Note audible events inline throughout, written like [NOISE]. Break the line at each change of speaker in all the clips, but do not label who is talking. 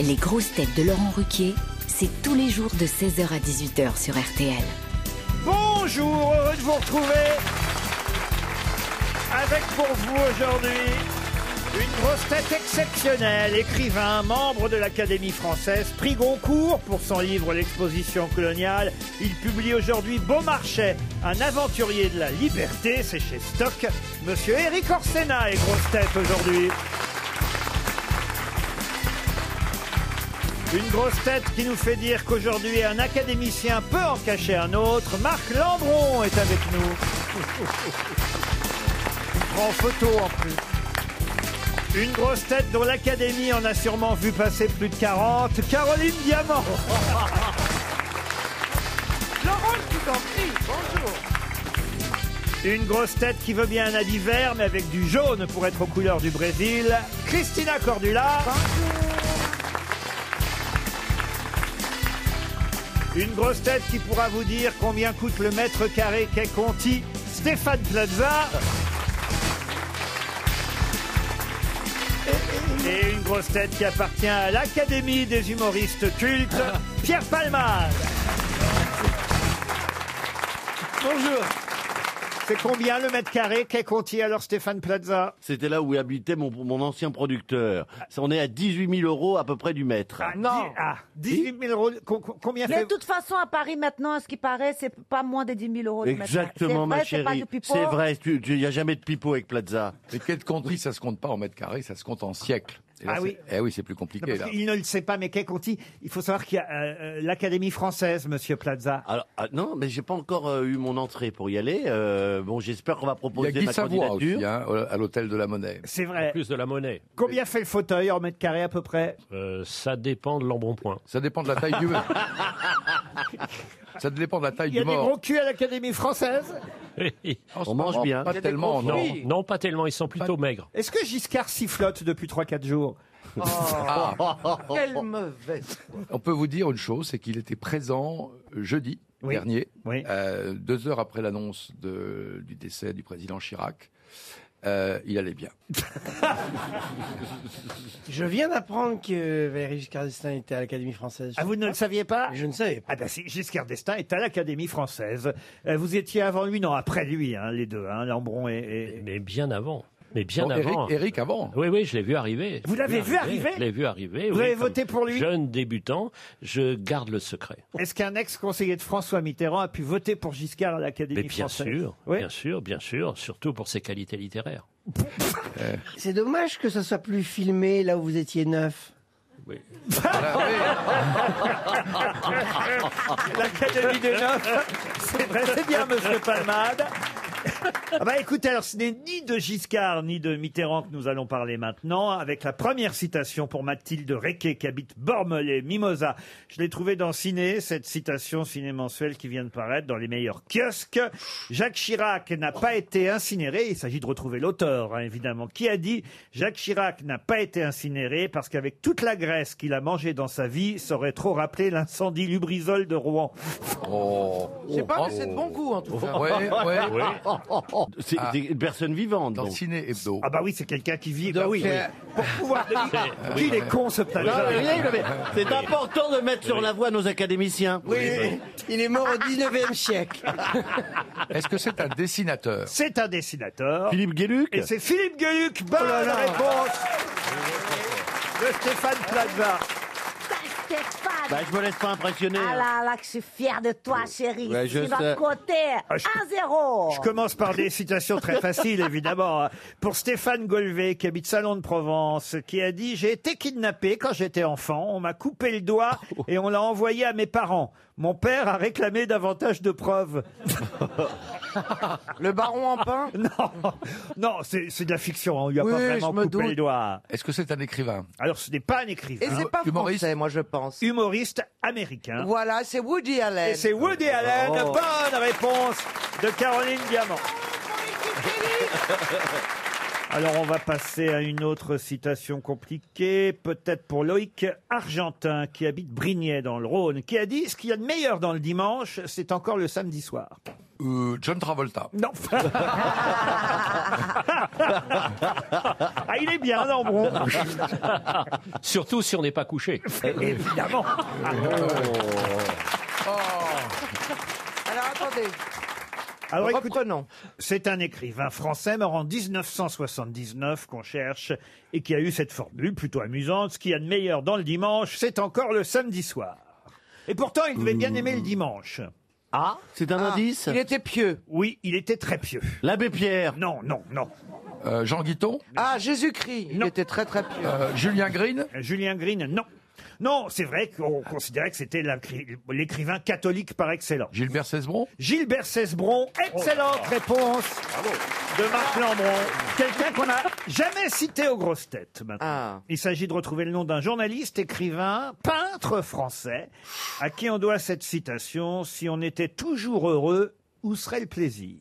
Les grosses têtes de Laurent Ruquier, c'est tous les jours de 16h à 18h sur RTL.
Bonjour, heureux de vous retrouver avec pour vous aujourd'hui une grosse tête exceptionnelle, écrivain, membre de l'Académie française, prix Goncourt pour son livre L'exposition coloniale. Il publie aujourd'hui Beaumarchais, un aventurier de la liberté, c'est chez Stock. Monsieur Éric Orsena est grosse tête aujourd'hui. Une grosse tête qui nous fait dire qu'aujourd'hui un académicien peut en cacher un autre. Marc Lambron est avec nous. Il prend photo en plus. Une grosse tête dont l'Académie en a sûrement vu passer plus de 40, Caroline Diamant.
[LAUGHS] Laurent, je vous en prie, bonjour.
Une grosse tête qui veut bien un habit vert mais avec du jaune pour être aux couleurs du Brésil, Christina Cordula. Une grosse tête qui pourra vous dire combien coûte le mètre carré qu'est Conti, Stéphane Plaza. Et une grosse tête qui appartient à l'Académie des humoristes cultes, Pierre Palmade. Bonjour. C'est combien le mètre carré qu'est Conti alors Stéphane Plaza
C'était là où habitait mon, mon ancien producteur. Ça, On est à 18 000 euros à peu près du mètre.
Non. Ah, 18 000 euros. co- co-
[LAUGHS]
Combien
Mais
fait
de toute façon, à Paris maintenant, à ce qui paraît, c'est pas moins de 10 000 euros. le mètre carré.
Exactement,
C'est
ma
vrai, c'est pas
chérie.
du pipeau.
C'est vrai, il n'y a jamais de pipeau avec Plaza.
Les quêtes country, ça se compte pas en mètres carrés, ça se compte en siècles. Et là,
Ah
c'est-
oui.
Eh oui, c'est plus
Non,
compliqué
parce
là.
qu'il ne le sait pas, mais qu'est Conti Il faut savoir qu'il y a euh, euh, l'Académie française, Monsieur Plaza.
Alors, ah, non, mais j'ai pas encore euh, eu mon entrée pour y aller. Euh, bon, j'espère qu'on
Il
va
y a
proposer
Guy
ma
Savoie
candidature.
aussi, hein, au- à l'hôtel de la Monnaie.
C'est vrai.
plus de la monnaie.
Combien fait le fauteuil en mètre carré à peu près
Euh, ça dépend de l'embonpoint.
Ça dépend de la taille du
[LAUGHS]
Ça dépend de la taille
Il y a
du
des
mort.
gros culs à l'Académie française.
En ce
On mange
moment,
bien.
Pas tellement, non.
Non, non, pas tellement. Ils sont plutôt maigres.
Est-ce que Giscard sifflote depuis 3-4 jours
Ah,
Oh,
[LAUGHS]
Quelle mauvaise.
on peut vous dire une chose, c'est qu'il était présent euh, jeudi
Oui.
dernier,
Oui.
euh, deux heures après l'annonce de- du décès du président Chirac. Euh, il allait
[LAUGHS]
bien.
Je viens d'apprendre que Valéry Giscard d'Estaing était à l'Académie française.
Ah, vous ne le saviez pas
Je ne savais pas.
Ah ben si, Giscard d'Estaing est à l'Académie française. Euh, Vous étiez avant lui, non, après lui, hein, les deux, hein, Lambron et... et-
Mais bien avant. Mais bien
Bon, Eric,
avant.
Eric avant.
Oui, oui, je l'ai vu arriver.
Vous
Je l'ai
l'avez vu arriver
Je l'ai vu arriver.
Vous
oui,
avez
comme
voté pour lui
Jeune débutant, je garde le secret.
Est-ce qu'un ex-conseiller de François Mitterrand a pu voter pour Giscard à l'Académie
Mais bien
française
sûr,
Oui.
bien sûr, bien sûr, surtout pour ses qualités
[LAUGHS]
littéraires. Euh,
C'est dommage que ça soit plus filmé là où vous étiez neuf.
L'Académie des Neufs. C'est vrai, c'est bien, monsieur Palmade. Ah bah écoutez, alors ce n'est ni de Giscard ni de Mitterrand que nous allons parler maintenant, avec la première citation pour Mathilde Requet qui habite Bormelais, Mimosa. Je l'ai trouvée dans Ciné, cette citation ciné mensuelle qui vient de paraître dans les meilleurs kiosques. Jacques Chirac n'a pas été incinéré, il s'agit de retrouver l'auteur hein, évidemment, qui a dit Jacques Chirac n'a pas été incinéré parce qu'avec toute la graisse qu'il a mangée dans sa vie, ça aurait trop rappelé l'incendie Lubrizol de Rouen.
Oh.
C'est pas,
Oh.
mais c'est de bon goût en tout cas.
Ouais,
[LAUGHS]
ouais.
C'est
Ah.
c'est une personne vivante.
Dans
donc.
Ciné Hebdo.
Ah bah oui, c'est quelqu'un qui vit.
Ah
bah
Donc,
oui,
euh,
Pour
[LAUGHS]
pouvoir. Qui il est con ce
Non,
plateau
mais rien, mais C'est important de mettre sur la voie nos académiciens.
Oui, il est mort au 19e siècle.
Est-ce que c'est un dessinateur
C'est un dessinateur.
Philippe Guéluc
Ah. Et c'est Philippe Gueluc. Bonne
là là.
réponse de Stéphane Plaza.
Stéphane,
bah, Je me laisse pas impressionner.
ah
hein.
là là, que je suis fière de toi, chérie.
Ouais, je
tu vas
sais.
de côté.
Ah, je-
1-0.
Je commence par des citations très faciles,
[LAUGHS]
évidemment. hein. Pour Stéphane Golvet, qui habite Salon de Provence, qui a dit J'ai été kidnappé quand j'étais enfant. On m'a coupé le doigt et on l'a envoyé à mes parents. Mon père a réclamé davantage de preuves.
Le baron en pain.
[LAUGHS] Non, non c'est c'est de la fiction. hein. On lui a
Oui,
pas
je
vraiment
me
coupé
doute.
les doigts.
Est-ce que c'est un écrivain
Alors, ce n'est pas un écrivain.
Et c'est pas
Humoriste.
français, moi je pense.
humoriste américain.
Voilà, c'est Woody Allen.
Hein Et c'est Woody Allen.
Bravo. [LAUGHS]
Bonne réponse de Caroline Diamant. Alors on va passer à une autre citation compliquée, peut-être pour Loïc Argentin, qui habite Brignais dans le Rhône, qui a dit ce qu'il y a de meilleur dans le dimanche, c'est encore le samedi soir.
Euh, John Travolta.
Non.
[LAUGHS]
ah, il est bien, Lambron.
[LAUGHS]
[LAUGHS] Surtout si on n'est pas couché. Ah
Évidemment.
Oh. Alors attendez.
Alors écoutez, c'est un écrivain français mort en 1979 qu'on cherche et qui a eu cette formule plutôt amusante. Ce qu'il y a de meilleur dans le dimanche, c'est encore le samedi soir. Et pourtant, il devait bien aimer le dimanche.
Ah C'est un indice
Il était pieux.
Oui, il était très pieux.
L'abbé Pierre.
Non, non, non.
Euh, Jean Guiton.
Ah, Jésus-Christ. Il
Non.
était très très pieux.
Euh, Julien Green.
Julien Green, non. Non, c'est vrai qu'on considérait que c'était l'acri- l'écrivain catholique par excellence.
Gilbert Cesbron.
Gilbert Cesbron, excellente
Oh.
réponse de Marc Lambron. Quelqu'un qu'on n'a jamais cité aux grosses têtes maintenant.
Ah.
Il s'agit de retrouver le nom d'un journaliste, écrivain, peintre français, à qui on doit cette citation Si on était toujours heureux, où serait le plaisir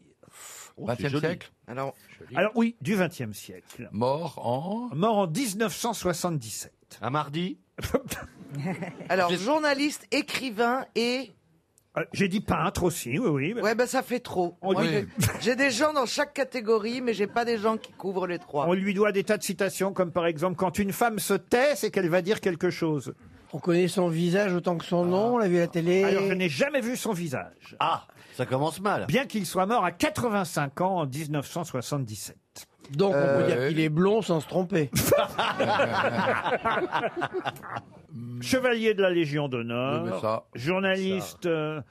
Oh, c'est
20e
joli.
siècle.
Alors,
Alors, oui, du XXe siècle.
Mort en.
Mort en 1977.
Un mardi
alors journaliste, écrivain et
Euh, J'ai dit peintre aussi, oui, oui.
ouais ben ça fait trop.
On
Moi,
dit-
j'ai- J'ai des gens dans chaque catégorie,
[LAUGHS]
mais j'ai pas des gens qui couvrent les trois.
On lui doit des tas de citations, comme par exemple Quand une femme se tait, c'est qu'elle va dire quelque chose.
On connaît son visage autant que
Ah.
son nom, on l'a vu à la télé.
Alors, je n'ai jamais vu son visage.
Ah Ça commence mal.
bien qu'il soit mort à 85 ans en 1977.
Donc on peut
Euh,
dire qu'il est blond sans se tromper.
[LAUGHS]
[LAUGHS]
Chevalier de la Légion d'honneur,
Oui, mais ça-
journaliste, euh,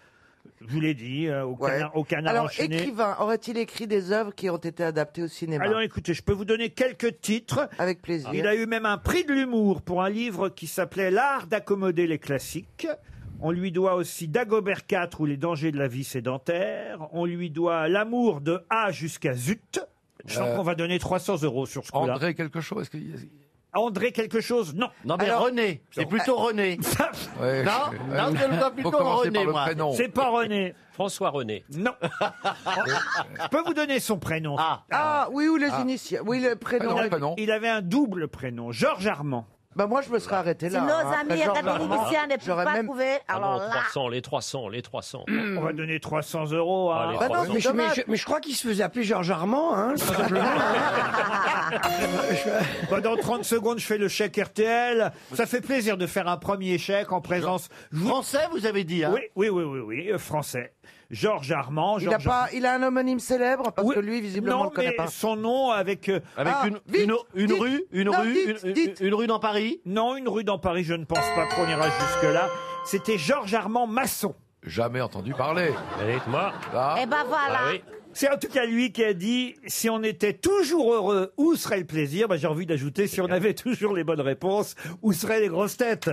je vous l'ai dit, euh, au,
Ouais.
canard, au canard
Alors
enchaîné.
écrivain, aurait-il écrit des œuvres qui ont été adaptées au cinéma
Alors écoutez, je peux vous donner quelques titres.
Avec plaisir.
Il a eu même un prix de l'humour pour un livre qui s'appelait L'art d'accommoder les classiques. On lui doit aussi Dagobert IV ou Les dangers de la vie sédentaire. On lui doit L'amour de A jusqu'à Zut. Je sens
Euh,
qu'on va donner 300 euros sur ce coup-là. André...
André quelque chose. est-ce qu'il-
quelque chose Non.
Non mais
Alors- euh,
René, c'est plutôt
[LAUGHS]
René.
Ouais,
Non,
je-
non, je le vois plutôt
Faut commencer
René,
par le
moi.
prénom.
C'est pas René.
François René.
[LAUGHS]
Non. Je peux vous donner son prénom.
Ah,
Ah oui, ou les initiales. Oui, le
Ah
prénom.
non,
il,
pas non.
il avait un double prénom, Georges Armand.
Bah moi, je me serais arrêté là.
Si nos
hein.
amis
Après Georges
académiciens
Armand,
ne
j'aurais
peuvent pas
même-
trouver,
Ah
alors
non,
là,
300, les 300, les Ah, 300.
On va donner 300 euros à...
Allez.
Bah non,
Mais
Mais
c'est
je, mais
dommage.
je- mais je crois qu'il se faisait appeler Georges Armand, hein, tout simplement. [LAUGHS]
Bah, dans 30 secondes, je fais le chèque RTL. Ça fait plaisir de faire un premier chèque en présence... Je vous-
Français, vous avez dit. Hein.
Oui, oui, oui, oui, oui, euh, français. Georges Armand.
Il a,
Georges
pas, il a un homonyme célèbre parce
Oui.
que lui, visiblement,
non,
ne le connaît
mais
pas.
son nom avec... euh,
Avec
Ah,
une,
vite,
une, une
dites.
rue, une
Non,
rue,
dites,
une,
dites.
une- une rue dans Paris.
Non, une rue dans Paris, je ne pense pas qu'on ira jusque-là. C'était Georges Armand Masson.
Jamais entendu parler.
Allez, moi.
Là.
eh ben voilà.
Ah oui.
C'est en tout cas lui qui a dit si on était toujours heureux, où serait le plaisir Bah, J'ai envie d'ajouter si on avait toujours les bonnes réponses, où seraient les grosses têtes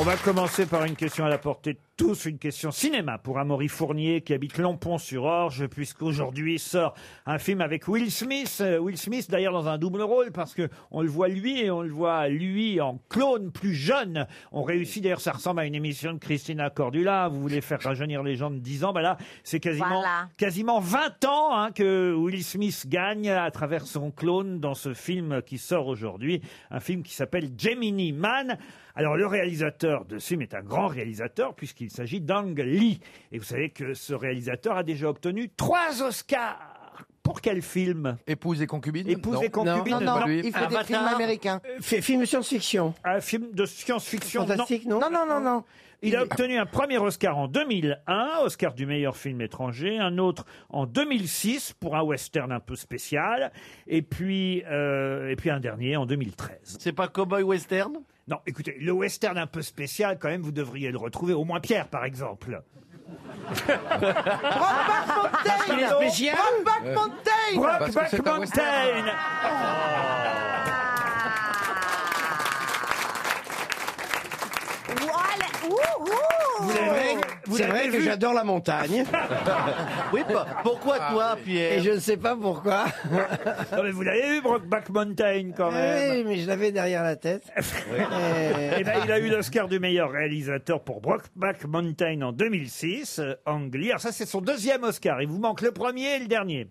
On va commencer par une question à la portée de tous, une question cinéma pour Amaury Fournier qui habite Lampon-sur-Orge, puisqu'aujourd'hui sort un film avec Will Smith. Euh, Will Smith d'ailleurs dans un double rôle parce que on le voit lui et on le voit lui en clone plus jeune. On réussit d'ailleurs, ça ressemble à une émission de Christina Cordula. Vous voulez faire rajeunir les gens de 10 ans, bah là c'est quasiment
Voilà.
quasiment 20 ans hein, que Will Smith gagne à travers son clone dans ce film qui sort aujourd'hui, un film qui s'appelle Gemini Man. Alors le réalisateur de ce film est un grand réalisateur puisqu'il s'agit d'Ang Lee. Et vous savez que ce réalisateur a déjà obtenu trois Oscars. Pour quel film
Épouse et concubine.
Épouse
Non.
et concubine
Non,
non.
non, il fait des
Avatar.
films américains.
Fait- Film science-fiction.
Un film de science-fiction. non.
Fantastique, non
Non, non, non, non.
Il a obtenu un premier Oscar en 2001, Oscar du meilleur film étranger, un autre en 2006 pour un western un peu spécial, et puis, euh, et puis un dernier en 2013.
C'est pas cowboy western
Non, écoutez, le western un peu spécial, quand même, vous devriez le retrouver, au moins Pierre, par exemple.
Brokeback
Ah,
Mountain
spécial
Brokeback Mountain
Parce que
Brokeback
c'est un
Mountain
Voilà. Ouh, ouh.
Vous l'avez vous
C'est
l'avez
vrai que
vu
j'adore la montagne.
[LAUGHS] Oui, pas- pourquoi
Ah
toi,
Et
Pierre
je ne sais pas
Ah.
pourquoi.
Non, mais vous l'avez vu, Brockback Mountain, quand même.
Eh Oui, mais je l'avais derrière la tête.
Euh,
Et-
Eh ben, il a eu l'Oscar du meilleur réalisateur pour Brockback Mountain en 2006, euh, Ang Lee. Alors ça, c'est son deuxième Oscar. Il vous manque le premier et le dernier.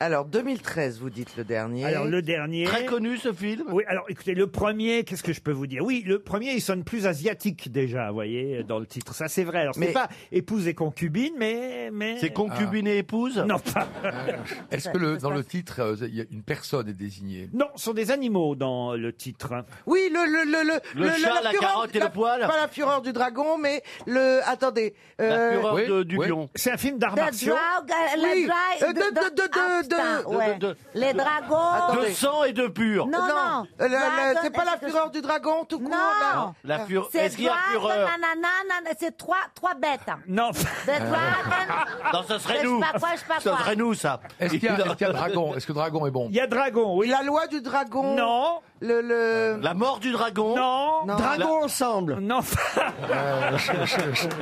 Alors 2013, vous dites le dernier.
Alors le dernier.
Très connu ce film
Oui, alors écoutez, le premier, qu'est-ce que je peux vous dire Oui, le premier, il sonne plus asiatique déjà, vous voyez, dans le titre. Ça, c'est vrai. Alors, c'est
Mais-
pas épouse et concubine, mais. mais...
C'est concubine et épouse
Non, pas.
[LAUGHS] Est-ce que le- dans le titre, euh, il y a une personne est désignée
Non, ce sont des animaux dans le titre.
Oui, le le le le,
Le chat, la carotte et le poil.
Pas la fureur du dragon, mais le attendez.
La
euh,
fureur
oui,
de- du
oui.
lion.
C'est un film d'art
The
martiaux.
drag- euh, la
Oui,
dra-
euh, de- de- de- de-
ah,
de-
putain,
de-
ouais.
de-
Les dragons.
De sang et de pur.
Non, non.
euh, la- la-
Dragon,
c'est pas la
est-ce que
fureur du dragon tout court.
Non.
là.
La fureur.
C'est
Est-ce qu'il y a
dragon,
fureur
nanana, nanana, c'est trois, trois bêtes. hein.
Non,
The dragon.
Non, ça
Je
serait
sais
nous.
pas quoi, je sais pas
ça
quoi.
serait nous, ça.
Est-ce qu'il y, a-
[LAUGHS]
est-ce qu'il y a Dragon Est-ce que Dragon est bon
il y a dragon, oui.
La loi du dragon.
Non,
Le le.
La mort du dragon.
non, non.
Non.
Dragon ensemble.
Non, [LAUGHS]
Euh,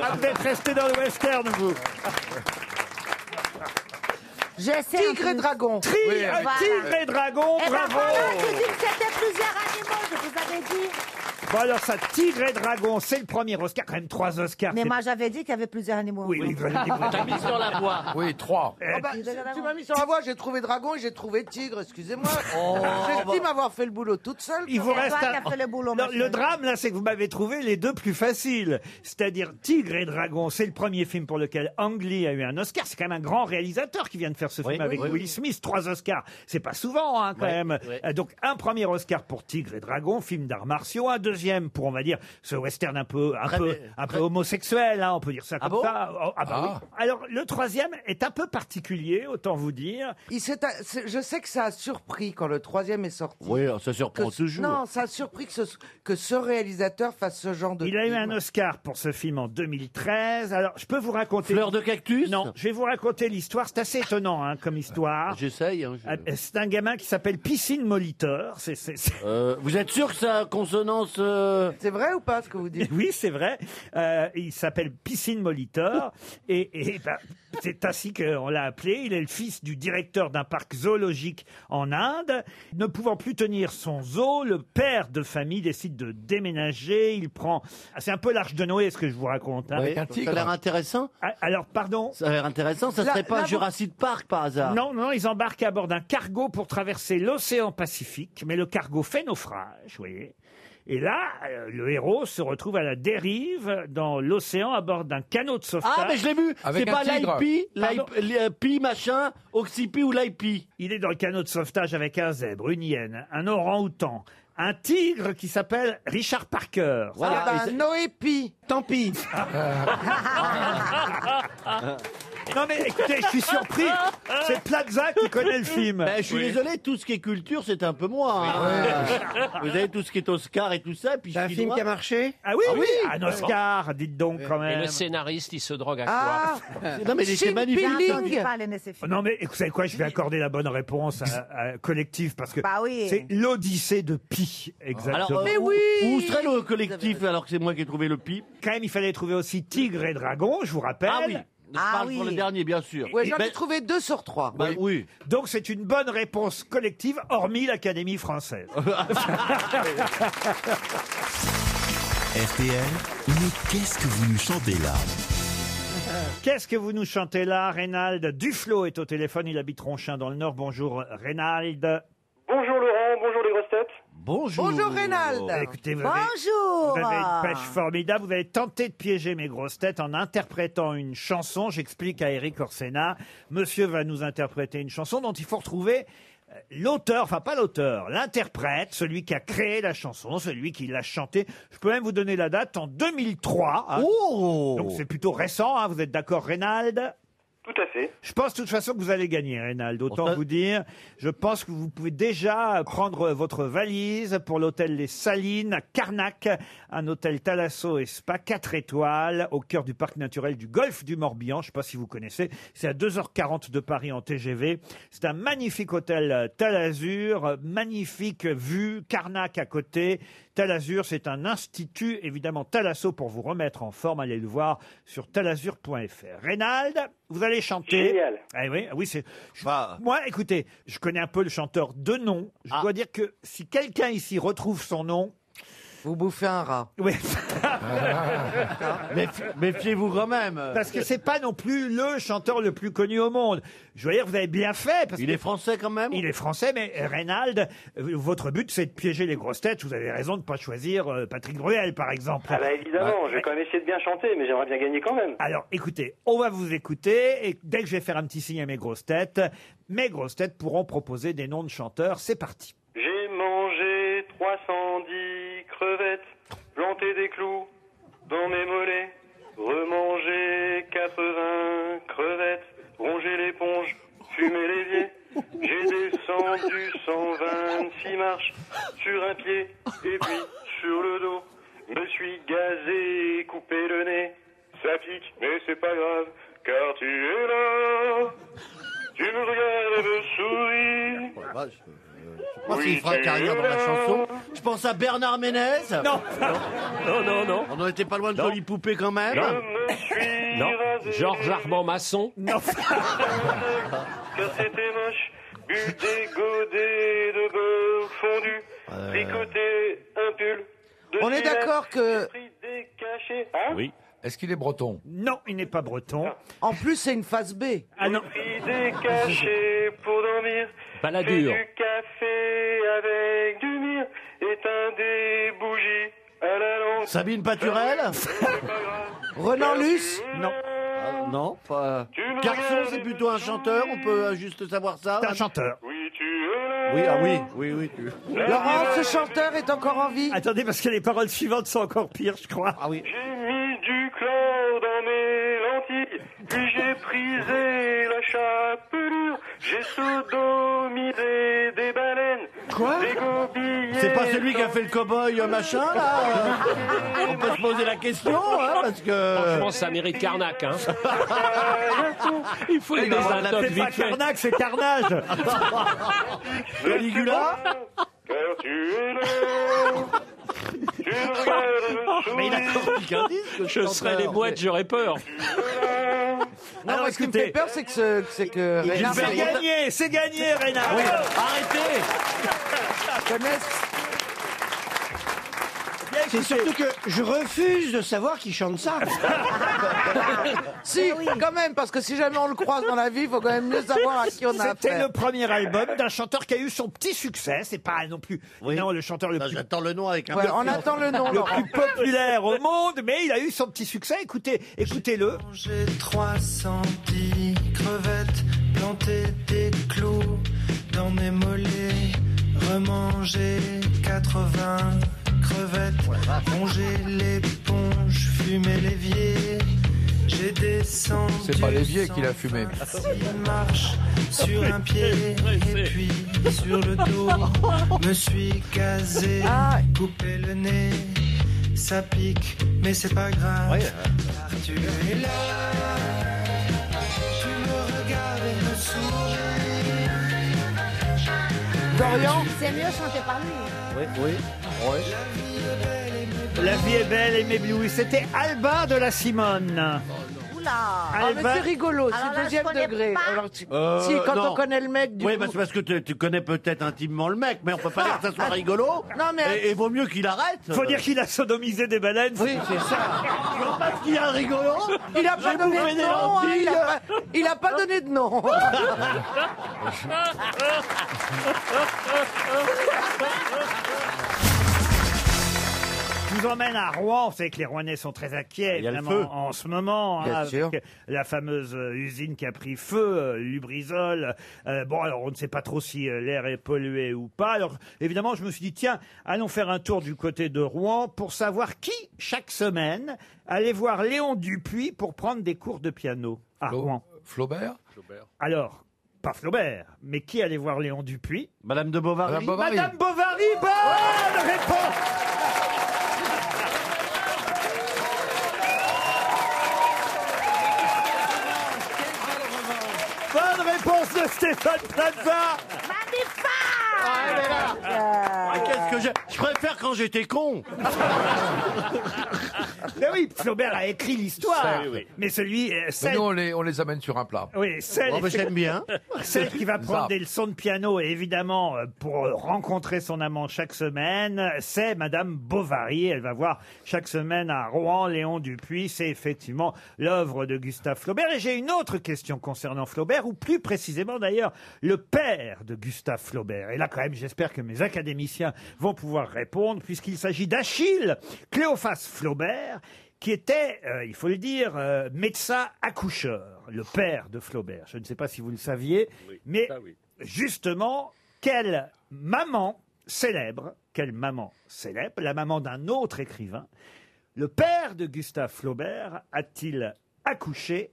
Ah, vous êtes resté dans le western, vous.
Je sais. en
Tigre
plus.
et dragon.
Tri-
Oui,
euh,
voilà.
Tigre et dragon,
Eh ben
bravo.
voilà, j'ai dit que c'était plusieurs animaux, je vous avais dit.
Bon, alors ça, Tigre et dragon, c'est le premier Oscar, quand même trois Oscars.
Mais
c'est-
moi, j'avais dit qu'il y avait plusieurs animaux. Oh,
Oui, oui, vous avez dit-
[LAUGHS]
Eh ben,
T'as mis sur la voie.
Oui, trois.
Ah bah,
Tigre et dragon.
tu m'as mis sur la voie, j'ai trouvé dragon et j'ai trouvé tigre, excusez-moi.
Oh.
J'estime avoir fait le boulot toute seule.
Il
C'est
vous
toi
reste
qui
un-
as fait le boulot,
Non,
ma
le
chérie.
drame, là, c'est que vous m'avez trouvé les deux plus faciles. C'est-à-dire Tigre et Dragon, c'est le premier film pour lequel Ang Lee a eu un Oscar. C'est quand même un grand réalisateur qui vient de faire ce film
Oui,
avec
oui,
Will Smith. Trois Oscars, c'est pas souvent, hein, quand même. Euh, Donc, un premier Oscar pour Tigre et Dragon, film d'arts martiaux. Un deuxième pour, on va dire, ce western un peu, un
Très
peu,
bien,
un peu homosexuel, hein, on peut dire ça comme
bon
ça. Oh, ah bah
Ah.
oui. Alors, le troisième est un peu particulier, autant vous dire.
Il s'est- c'est- je sais que ça a surpris quand le troisième est sorti.
Oui, ça surprend
Que-
toujours.
Non, ça a surpris que ce, que ce réalisateur fasse ce genre de.
Il a eu
film.
un Oscar pour ce film en 2013. Alors, je peux vous raconter.
Fleur de cactus
Non, je vais vous raconter l'histoire. C'est assez étonnant hein, comme histoire.
J'essaye. hein, je-
Ah, C'est un gamin qui s'appelle Piscine Molitor. C'est, c'est- c'est-
Euh, vous êtes sûr que ça a consonance euh,
C'est vrai ou pas ce que vous dites
Oui, c'est vrai. Euh, il s'appelle Piscine Molitor. Et, et, ben, c'est ainsi qu'on l'a appelé. Il est le fils du directeur d'un parc zoologique en Inde. Ne pouvant plus tenir son zoo, le père de famille décide de déménager. Il prend... Ah, C'est un peu l'arche de Noé, ce que je vous raconte. hein.
oui,
un
Ça
tigre.
a l'air intéressant.
Ah, Alors, pardon
Ça a l'air intéressant. Ça
Là-
serait pas
là, vous-
Jurassic Park par hasard
Non, non, ils embarquent à bord d'un cargo pour traverser l'océan Pacifique, mais le cargo fait naufrage, vous voyez. Et là, euh, le héros se retrouve à la dérive dans l'océan à bord d'un canot de sauvetage.
Ah, mais je l'ai vu
Avec
C'est
un
pas
tigre.
l'IP,
Pardon.
l'IP machin, Oxypi ou l'IP
Il est dans le canot de sauvetage avec un zèbre, une hyène, un orang-outan, un tigre qui s'appelle Richard Parker.
Voilà,
Voilà.
ah bah, Noé Pi.
Tant pis.
Ah,
Non mais écoutez, je suis surpris. C'est Plaza qui connaît le film.
Ben, je suis désolé, tout ce qui est culture, c'est un peu moi. hein. Vous avez tout ce qui est Oscar et tout ça, puis je
C'est un
suis
film
droit.
qui a marché.
Ah oui, oui, un Oscar, dites donc quand
Et
même.
le scénariste, il se drogue à quoi
[LAUGHS]
Ah,
[LAUGHS] Non, mais il était
Shin
magnifique.
J'ai entendu
Ling.
parler de ces films.
Non mais vous savez quoi, je vais accorder la bonne réponse à, à collectif parce que
Bah oui.
c'est l'Odyssée de Pi exactement.
Alors, euh,
Mais
où-
oui
Où serait le collectif alors que c'est moi qui ai trouvé le pi
Quand même, il fallait trouver aussi Tigre et Dragon, je vous rappelle.
Ah oui. Je
Ah
parle pour
oui.
le dernier, bien sûr.
Ouais, j'en
Ben,
ai trouvé deux sur trois.
ben, oui.
Donc c'est une bonne réponse collective, hormis
[LAUGHS]
l'Académie française.
RTL, mais qu'est-ce que vous nous chantez là
Qu'est-ce que vous nous chantez là, Reynald Duflo est au téléphone, il habite Ronchin dans le Nord. Bonjour Reynald.
Bonjour Laurent, bonjour les grosses têtes.
Bonjour.
Bonjour Reynald.
Écoutez, vous avez,
Bonjour.
vous avez une pêche formidable, vous avez tenté de piéger mes grosses têtes en interprétant une chanson. J'explique à Eric Orsena, monsieur va nous interpréter une chanson dont il faut retrouver euh, l'auteur, enfin pas l'auteur, l'interprète, celui qui a créé la chanson, celui qui l'a chantée. Je peux même vous donner la date en 2003. hein.
Oh
Donc c'est plutôt récent, hein. vous êtes d'accord Reynald
Tout à fait.
Je pense de toute façon que vous allez gagner, Reynald. Autant vous dire, je pense que vous pouvez déjà prendre votre valise pour l'hôtel Les Salines à Carnac, un hôtel Thalasso et Spa 4 étoiles au cœur du parc naturel du Golfe du Morbihan. Je ne sais pas si vous connaissez. C'est à 2h40 de Paris en TGV. C'est un magnifique hôtel Talazur, magnifique vue, Carnac à côté. Talazur, c'est un institut, évidemment, Talasso pour vous remettre en forme. Allez le voir sur talazur.fr. Reynald, vous allez chanter.
Génial.
Ah oui, ah oui c'est. je-
Bah.
Moi, écoutez, je connais un peu le chanteur de nom. Je
Ah.
dois dire que si quelqu'un ici retrouve son nom.
Vous bouffez un
[LAUGHS]
rat.
Oui.
Méf- Méfiez-vous quand même.
Parce que c'est pas non plus le chanteur le plus connu au monde. Je veux dire, vous avez bien fait. Parce
Il est français quand même
Il est français, mais Reynald, euh, votre but c'est de piéger les grosses têtes. Vous avez raison de ne pas choisir euh, Patrick Bruel, par exemple.
Ah bah évidemment, je vais quand même essayer de bien chanter, mais j'aimerais bien gagner quand même.
Alors écoutez, on va vous écouter et dès que je vais faire un petit signe à mes grosses têtes, mes grosses têtes pourront proposer des noms de chanteurs. C'est parti.
J'ai mangé 310 crevettes, planté des clous dans mes mollets, remangé 80 crevettes, rongé l'éponge, fumé l'évier. J'ai descendu 126 marches sur un pied et puis sur le dos. Me suis gazé et coupé le nez. Ça pique, mais c'est pas grave, car tu es là. Tu me regardes et me souris.
Oh, euh, Je pense qu'il fera
Oui,
carrière dans la chanson. Je pense à Bernard Ménez.
Non.
Non, non, non.
On n'était pas loin de
Non.
Jolie Poupée quand même.
Non. Non. Georges Armand Masson.
Car c'était moche, buté, godé de beurre fondu, tricoté un pull. de
On est
Gillette,
d'accord que-
pris des cachets, hein
Oui.
Est-ce qu'il est breton
Non, il n'est pas breton.
En plus, c'est une phase B.
Ah non.
Pris des cachets pour dormir.
Balladur.
Fais du café avec du mire, éteins des bougies à la lampe.
Sabine Paturel
Renan Luce
Non.
Non, pas.
Tu me
Garçon,
regardes
c'est
et
plutôt
me
un chanteur,
souris.
on peut euh, juste savoir ça.
C'est un chanteur.
Oui, tu es là.
Oui, ah oui, oui, oui. tu-
Laurent, ce chanteur est encore en vie.
Attendez, parce que les paroles suivantes sont encore pires, je crois.
Ah oui.
J'ai mis du chlore dans mes lentilles, puis j'ai prisé la chapelure, j'ai sodomisé des baleines.
Quoi
des gobillets
C'est pas celui qui a fait le cow-boy euh, machin, là
Ah,
euh On peut se poser la question, hein, parce que.
Franchement, ça mérite Carnac. Hein. Il faut
Eh
les
ben, on l'a
un
C'est pas
vite fait.
Carnac, c'est Carnage.
Caligula
Car tu es là, tu me regardes et me
Mais il a
souris.
encore piqué un disque,
Je serais les boîtes, j'aurais peur.
Non,
Alors,
moi, ce qui me
écoutez.
fait peur, c'est que ce, c'est que Reynard
C'est gagné, c'est gagné, Reynald.
Ah Arrêtez
connaisse.
Bien
C'est
écouté.
surtout que je refuse de savoir qui chante
[LAUGHS]
ça.
Si, quand même, parce que si jamais on le croise dans la vie, il faut quand même mieux savoir à qui on a
C'était
affaire.
le premier album d'un chanteur qui a eu son petit succès. C'est pas non plus
Oui.
non, le chanteur le
Non,
plus
J'attends le nom avec un
Ouais, on attend le nom,
le
Laurent.
plus populaire au monde, mais il a eu son petit succès. Écoutez, écoutez-le.
J'ai 310 crevettes, planté des clous dans mes mollets, remangé 80 crevettes, rongé l'éponge, fumé l'évier. J'ai descendu.
C'est pas l'évier qu'il a fumé.
Il marche sur un pied et puis sur le dos. Me suis casé,
Ah.
coupé le nez. Ça pique, mais c'est pas grave. Car tu es là. Tu me regardes et me souris.
Dorian
C'est mieux chanter par lui.
Oui, oui.
La vie est belle et m'éblouit. C'était Albin de la Simone.
Oula
Ah, mais
Albin-
c'est rigolo,
Alors
c'est
là,
deuxième
je connais
degré.
pas.
Alors, tu-
Euh,
si, quand
non.
on connaît le mec, du
Oui,
coup-
parce, parce que tu, tu connais peut-être intimement le mec, mais on peut pas dire que ça soit rigolo.
Ah. Non, mais-
Et, et vaut mieux qu'il arrête.
Faut dire qu'il a sodomisé des baleines.
Oui, c'est ça.
Parce qu'il y a un rigolo.
Il a pas donné
bouffé
de
des
nom, hein, il, a pas, il a pas
[LAUGHS]
donné de nom.
[LAUGHS]
Je vous emmène à Rouen. Vous savez que les Rouennais sont très inquiets
Il y a le
évidemment,
feu.
en ce moment. hein,
Bien
avec
sûr.
La fameuse euh, usine qui a pris feu, euh, Lubrizol. Euh, bon, alors on ne sait pas trop si euh, l'air est pollué ou pas. Alors évidemment, je me suis dit, tiens, allons faire un tour du côté de Rouen pour savoir qui, chaque semaine, allait voir Léon Dupuis pour prendre des cours de piano à
Flo,
Rouen.
Flaubert.
Alors, pas Flaubert, mais qui allait voir Léon Dupuis Madame de Ah, Bovary.
Madame Bovary.
Bovary, bonne réponse Bonne réponse de Stéphane Plaza
Ah, qu'est-ce que j'ai Je préfère quand j'étais con.
[LAUGHS] Mais oui, Flaubert a écrit l'histoire.
Ça, oui, oui.
Mais celui, euh,
Mais
celle,
nous, on les, on les amène sur un plat.
oui, celle,
Oh, bah, j'aime [LAUGHS] bien.
[LAUGHS] celle qui va prendre
Ça.
des leçons de piano, et évidemment, euh, pour rencontrer son amant chaque semaine, c'est Madame Bovary. Elle va voir chaque semaine à Rouen Léon Dupuis. C'est effectivement l'œuvre de Gustave Flaubert. Et j'ai une autre question concernant Flaubert, ou plus précisément d'ailleurs, le père de Gustave Flaubert. Et là, quand même, j'espère que mes académiciens vont pouvoir répondre, puisqu'il s'agit d'Achille, Cléophas Flaubert, qui était, euh, il faut le dire, euh, médecin accoucheur, le père de Flaubert. Je ne sais pas si vous le saviez, mais justement, quelle maman célèbre, quelle maman célèbre, la maman d'un autre écrivain, le père de Gustave Flaubert a-t-il accouché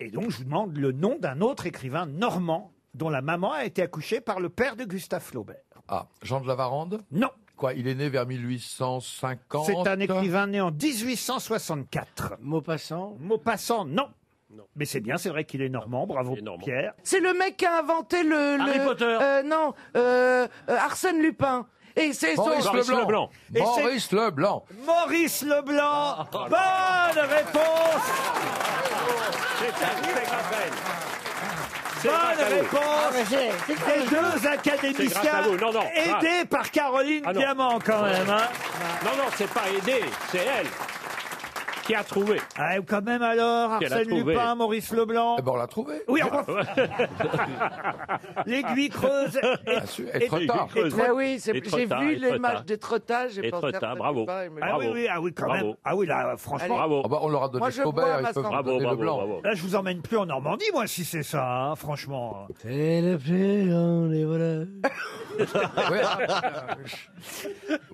Et donc, je vous demande le nom d'un autre écrivain normand dont la maman a été accouchée par le père de Gustave Flaubert.
Ah, Jean de Lavarande
Non.
Quoi, il est né vers 1850
C'est un écrivain né en 1864. Maupassant Maupassant, non. Mais c'est bien, c'est vrai qu'il est normand, bravo Pierre.
C'est le mec qui a inventé le. le-
Harry Potter.
euh, non, euh, euh, Arsène Lupin. Et c'est son.
Maurice Leblanc.
Et c'est-
Maurice Leblanc.
Maurice Leblanc Bonne réponse
grâce à
Bonne
vous.
réponse
Ah, mais c'est- c'est grâce à
des deux
vous. C'est
académiciens
grâce à vous. Non, non,
aidés
grâce.
par Caroline
Ah non.
Diamant quand même. hein.
Non, non, c'est pas aidé, c'est elle qui a trouvé.
Ah, quand même alors,
Qu'elle a
Arsène
trouvé.
Lupin, Maurice Leblanc.
Eh ben, on l'a trouvé.
Oui,
[LAUGHS]
enfin, l'aiguille creuse.
Bien sûr, et trop tard.
Ben oui, c'est-
Et trop
j'ai
tard,
vu
et trop
les matchs
tard.
de trottage. j'ai
Et
pensé
trop
à
tard,
Arsène
bravo.
Lupin et me-
Ah oui, oui, ah oui, quand
Bravo.
même. Ah oui, là, franchement.
Bravo. Ah bah,
on leur a donné
Moi, je
Flaubert,
bois
ils
ma
peuvent
santé.
nous donner
Bravo,
Leblanc.
bravo,
Là, je vous emmène plus en Normandie, moi, si c'est ça, hein, franchement.
C'est le plus grand des
[LAUGHS]
voleurs.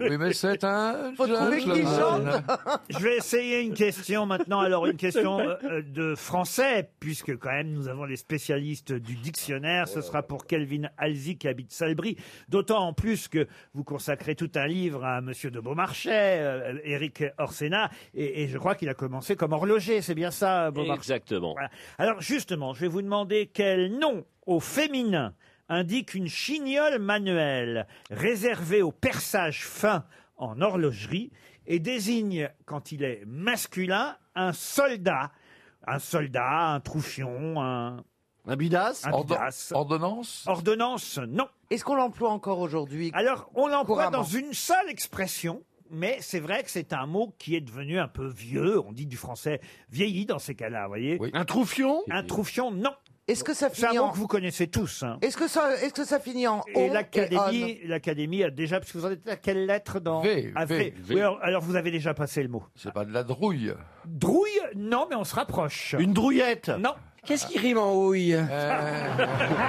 Oui, mais c'est un.
Faut trouver qui
gentleman.
Je vais essayer une question maintenant. Alors, une question euh, euh, de français, puisque quand même, nous avons les spécialistes du dictionnaire. Ce sera pour Kelvin Alzi qui habite Salbris. D'autant en plus que vous consacrez tout un livre à Monsieur de Beaumarchais, euh, Éric Orsena, et, et je crois qu'il a commencé comme horloger. C'est bien ça, Beaumarchais
Exactement.
Voilà. Alors justement, je vais vous demander quel nom au féminin indique une chignole manuelle réservée au perçage fin en horlogerie et désigne, quand il est masculin, un soldat. Un soldat, un troufion, un...
Un bidas
Un bidas.
Ordonnance
Ordonnance, non.
Est-ce qu'on l'emploie encore aujourd'hui
Alors, on l'emploie
Couramment.
dans une seule expression, mais c'est vrai que c'est un mot qui est devenu un peu vieux. On dit du français vieilli dans ces cas-là, vous voyez
Un troufion
Un troufion, non.
Est-ce que ça
C'est un
finit
mot
en.
que vous connaissez tous. hein.
Est-ce que ça, est-ce que ça finit en. on
Et
on
l'académie, l'académie a déjà, parce que vous en êtes à quelle lettre dans
V,
à
V, V.
Oui, alors, alors vous avez déjà passé le mot.
C'est pas de la drouille.
Drouille, non, mais on se rapproche.
Une drouillette
Non.
Qu'est-ce qui rime en houille
Euh.
[LAUGHS]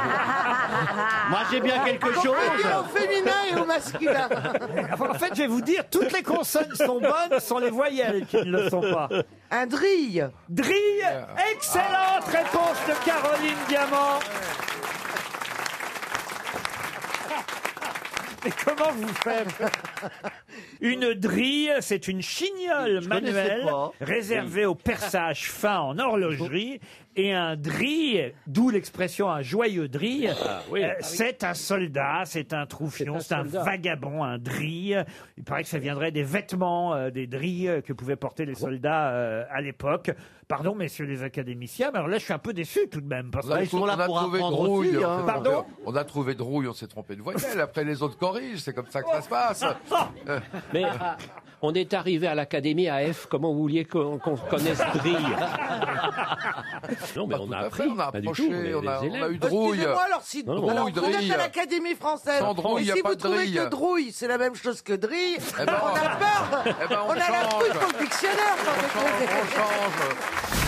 Moi, j'ai bien quelque
peut dire au
chose.
féminin et au masculin.
[LAUGHS] en fait, je vais vous dire, toutes les consonnes sont bonnes, sont les voyelles qui ne le sont pas.
Un drille. Euh,
Drille, excellente réponse de Caroline
[LAUGHS]
Diamant. Mais comment vous faites Une drille, c'est une chignole
Je connaissais
manuelle
pas.
réservée au perçage fin en horlogerie. Et un drille, d'où l'expression un joyeux drille,
oui.
euh, c'est un soldat, c'est un troufion, c'est
C'est un
un,
soldat.
vagabond, un drille. Il paraît que ça viendrait des vêtements, euh, des drilles que pouvaient porter les soldats euh, à l'époque. Pardon, messieurs les académiciens, mais alors là, je suis un peu déçu tout de même. Parce que...
Ah, ils sont là
on a
pour
trouvé
apprendre
drouille.
aussi,
on s'est
hein.
trompé-
Pardon
on a trouvé drouille, on s'est trompé de
[LAUGHS]
voyelle. Après, les autres corrigent. C'est comme ça que ça se passe. Euh, [LAUGHS]
Mais on est arrivé à l'académie à F, comment vous vouliez qu'on
[LAUGHS]
qu'on connaisse Drille Non, mais
pas Bah,
on
tout
a
à
appris,
fait, on a
pas du
approché,
tout, on est
on a-
des
on a
élèves.
eu drouille.
Excusez-moi, alors si
Non, non.
alors,
Drouille,
vous êtes
drille.
à l'Académie française,
Sans drouille,
et
y a
si
pas
vous
de
trouvez
drille.
que drouille, c'est la même chose que drille,
Eh ben,
on a peur,
eh ben, on
on, a la
change.
fouille dans le dictionnaire. sans
on change,
déconner.
on change.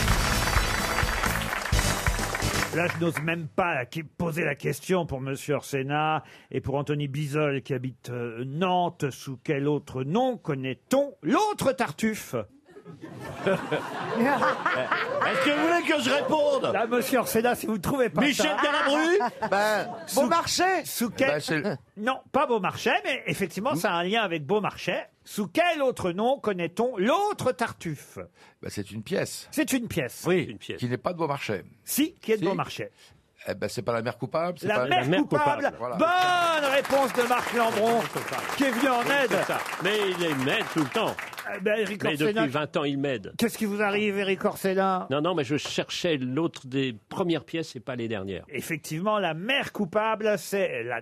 Là, je n'ose même pas la- qui- poser la question pour Monsieur Orsena et pour Anthony Bizol
[LAUGHS]
qui habite euh, Nantes. Sous quel autre nom connaît-on l'autre Tartuffe
Est-ce que vous voulez que je réponde
Là, Ah, monsieur Orsena, si vous ne trouvez pas
Michel
[LAUGHS]
ça...
Galabru
Ben,
Beaumarchais Sous quel...
Bah, c'est-
[LAUGHS] Non, pas Beaumarchais, mais effectivement, ça a un lien avec Beaumarchais. Sous quel autre nom connaît-on l'autre Tartuffe
Bah, c'est une pièce.
C'est une pièce.
Oui, qui n'est pas de Beaumarchais.
Si, qui est de Beaumarchais.
Eh ben, c'est pas la mère coupable. c'est
La
pas-
mère coupable.
Voilà.
Bonne réponse de Marc Lambron, qui est venu en aide.
C'est ça. Mais il m'aide tout le temps.
Eh ben, Eric
mais
Orsenna-
depuis 20 ans, il m'aide.
Qu'est-ce qui vous arrive, Eric Orsena
Non, non, mais je cherchais l'autre des premières pièces et pas les dernières.
Effectivement, la mère coupable, c'est la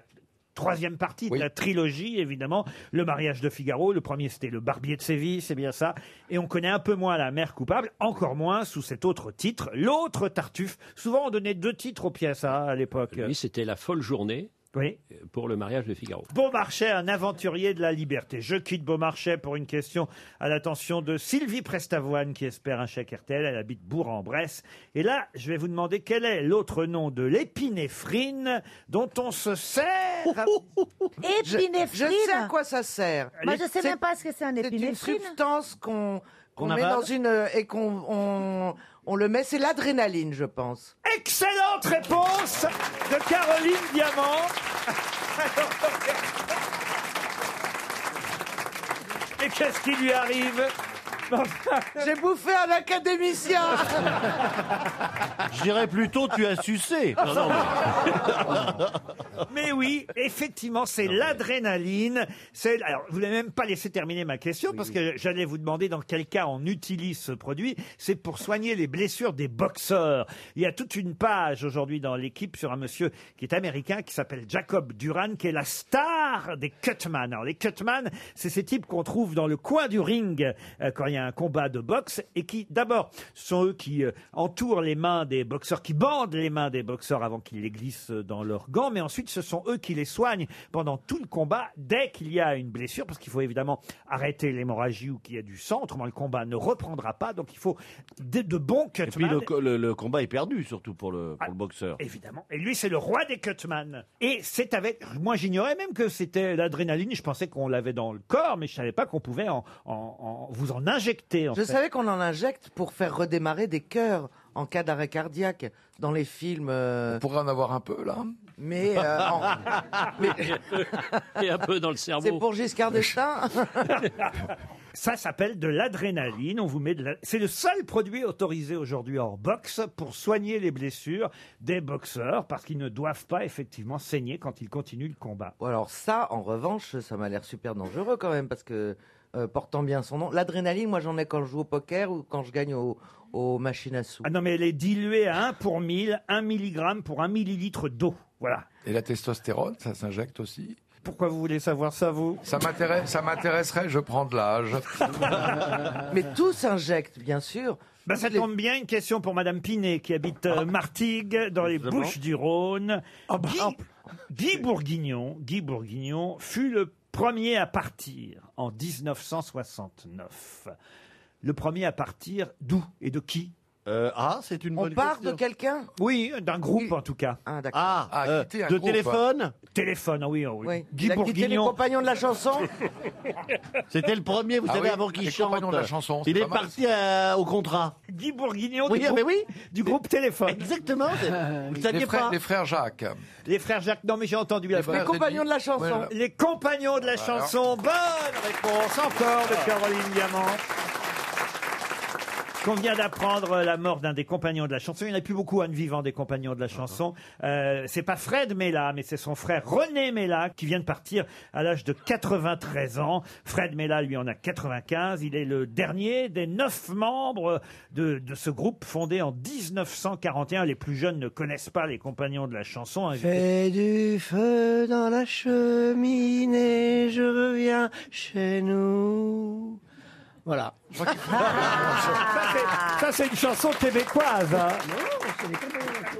troisième partie de la trilogie, évidemment. Le mariage de Figaro, le premier c'était le barbier de Séville, c'est bien ça. Et on connaît un peu moins la mère coupable, encore moins sous cet autre titre, l'autre Tartuffe. Souvent on donnait deux titres aux pièces hein, à l'époque.
Lui, c'était la folle journée
Oui.
Euh, pour le mariage de Figaro.
Beaumarchais, un aventurier de la liberté. Je quitte Beaumarchais pour une question à l'attention de Sylvie Prestavoine qui espère un chèque RTL. Elle habite Bourg-en-Bresse. Et là, je vais vous demander quel est l'autre nom de l'épinéphrine dont on se sert.
Oh, Je, je sais à quoi ça sert.
Moi, je sais
C'est-
même pas ce que c'est un
C'est une
épinéphrine.
substance qu'on qu'on
Qu'on
met
avale
dans une euh, et qu'on on, on le met. C'est l'adrénaline, je pense.
Excellente réponse de Caroline
[LAUGHS]
Diamant. Et qu'est-ce qui lui arrive
J'ai bouffé un académicien.
Je dirais plutôt tu as
[LAUGHS]
sucé. Non, non,
Mais oui, effectivement, c'est l'adrénaline. C'est alors vous n'avez même pas laissé terminer ma question parce que j'allais vous demander dans quel cas on utilise ce produit. C'est pour soigner les blessures des boxeurs. Il y a toute une page aujourd'hui dans l'équipe sur un monsieur qui est américain qui s'appelle Jacob Duran qui est la star des cutman. Alors les cutman, c'est ces types qu'on trouve dans le coin du ring euh, quand il y a un combat de boxe et qui d'abord ce sont eux qui euh, entourent les mains des boxeurs, qui bandent les mains des boxeurs avant qu'ils les glissent euh, dans leurs gants, mais ensuite ce sont eux qui les soignent pendant tout le combat dès qu'il y a une blessure, parce qu'il faut évidemment arrêter l'hémorragie ou qu'il y a du sang, autrement le combat ne reprendra pas, donc il faut de, de bons Ah,
Et puis
cutman.
le, co- le- le combat est perdu, surtout pour le, pour le boxeur.
Évidemment. Et lui, c'est le roi des cutman. Et c'est avec. Moi, j'ignorais même que c'était l'adrénaline. Je pensais qu'on l'avait dans le corps, mais je savais pas qu'on pouvait en, en- en- vous en injecter. En
Je
fait.
savais qu'on en injecte pour faire redémarrer des cœurs en cas d'arrêt cardiaque dans les films. On
pourrait en avoir un peu là.
Mais, euh,
[LAUGHS]
en-
Et un peu dans le cerveau.
c'est pour Giscard d'Estaing.
Ça s'appelle de l'adrénaline. On vous met de la- C'est le seul produit autorisé aujourd'hui en boxe pour soigner les blessures des boxeurs parce qu'ils ne doivent pas effectivement saigner quand ils continuent le combat.
Bon, alors ça, en revanche, ça m'a l'air super dangereux quand même, parce que euh, portant bien son nom, l'adrénaline, moi j'en ai quand je joue au poker ou quand je gagne au- aux machines à sous.
Ah non, mais elle est diluée à 1 pour 1000, 1 mg pour 1 millilitre d'eau. Voilà.
Et la testostérone, ça s'injecte aussi.
Pourquoi vous voulez savoir ça, vous
Ça m'intéresse- ça m'intéresserait, je prends de l'âge.
[LAUGHS]
Ben,
Mais tout s'injecte, bien sûr.
Ben, ça tombe bien, une question pour Madame Pinet, qui habite euh, Martigues, dans les
Évidemment.
Bouches-du-Rhône.
Ah, bah,
Guy, Guy Bourguignon, Guy Bourguignon fut le premier à partir en 1969. Le premier à partir d'où et de qui
Ah, c'est une
On part de quelqu'un
Oui, d'un groupe en tout cas.
Ah, d'accord.
Ah,
Ah,
euh,
quitter un
de
groupe.
téléphone
Téléphone, ah oui, ah oui.
Oui.
Guy
Il a quitté les
Bourguignon.
compagnons de la chanson.
C'était le [LAUGHS] premier, vous
Ah
savez,
oui,
avant qu'il
les
chante.
compagnons de la chanson, c'est
Il est
pas mal,
parti euh, au contrat.
Guy Bourguignon
Oui,
du,
ah,
groupe,
mais oui.
du groupe Téléphone. [LAUGHS]
Exactement. c'est- Vous ne saviez
Les frères,
pas.
les frères Jacques.
Les frères Jacques, non mais j'ai entendu la
frères
voix.
Compagnons de la chanson.
Ouais, voilà.
Les compagnons de la
Voilà.
chanson. Bonne réponse encore de Caroline Diamant. Qu'on vient d'apprendre euh, la mort d'un des compagnons de la chanson. Il n'y en a plus beaucoup, un vivant des compagnons de la chanson. Euh, c'est pas Fred Mella, mais c'est son frère René Mella qui vient de partir à l'âge de 93 ans. Fred Mella, lui, en a 95. Il est le dernier des neuf membres de, de ce groupe fondé en 1941. Les plus jeunes ne connaissent pas les compagnons de la chanson. hein.
Fais du feu dans la cheminée, je reviens chez nous. Voilà.
Ça, c'est- Ça, c'est une chanson québécoise. hein.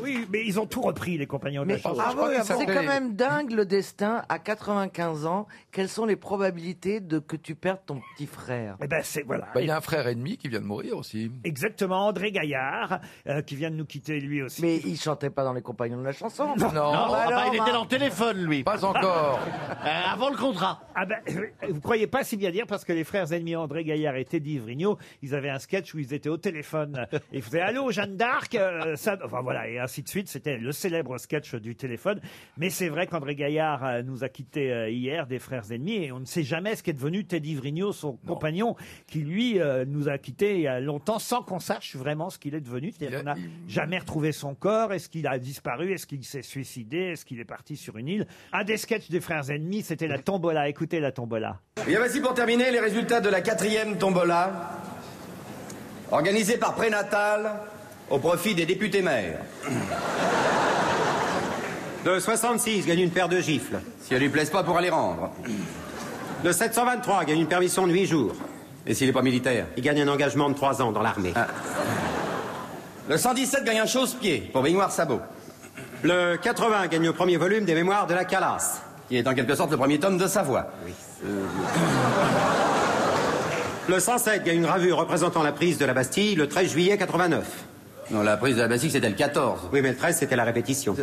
Oui, mais ils ont tout repris, les compagnons de la
Mais
chanson.
ah ouais, c'est quand même dingue le destin à 95 ans. Quelles sont les probabilités de que tu perdes ton petit frère
Eh ben c'est voilà.
Bah, il y a un frère ennemi qui vient de mourir aussi. Ah
Exactement, André Gaillard, euh, qui vient de nous quitter lui aussi.
Mais il chantait pas dans Les Compagnons de la Chanson.
Non.
Ah bah, il
hein.
était dans
dans
le téléphone, lui. Euh,
Pas
[LAUGHS] avant le contrat.
Ah ben, vous croyez pas si bien dire parce que les frères ennemis André Gaillard et Teddy Vrigno, ils avaient un sketch où ils étaient
[LAUGHS]
au téléphone. Ils faisaient Allô, Jeanne d'Arc euh, ça... Enfin voilà, et ainsi de suite. C'était le célèbre sketch du téléphone. Mais c'est vrai qu'André Gaillard euh, nous a quittés euh, hier des frères ennemis et on ne sait jamais ce qu'est devenu Teddy Vrigno, son compagnon, qui lui euh, nous a quittés il y a longtemps sans qu'on sache vraiment ce qu'il est devenu. C'est-à-dire qu'on n'a jamais retrouvé son corps. Est-ce qu'il a disparu Est-ce qu'il s'est suicidé Est-ce qu'il est parti sur une île Un des sketchs des frères ennemis, c'était la tombola. Écoutez la tombola.
Et bien voici pour terminer les résultats de la quatrième tombola, organisée par Prénatal au profit des députés maires. De 66 gagne une paire de gifles. Si elles lui plaisent pas pour aller rendre. De 723 gagne une permission de 8 jours. Et s'il n'est pas militaire Il gagne un engagement de 3 ans dans l'armée. Ah. Le 117 gagne un chausse-pied pour Baignoire Sabot. Le 80 gagne le premier volume des Mémoires de la Calas, qui est en quelque sorte le premier tome de Savoie. Le 107 gagne une gravure représentant la prise de la Bastille le 13 juillet 89. Non, la prise de la Bastille, c'était le 14. Oui, mais le 13, c'était la répétition.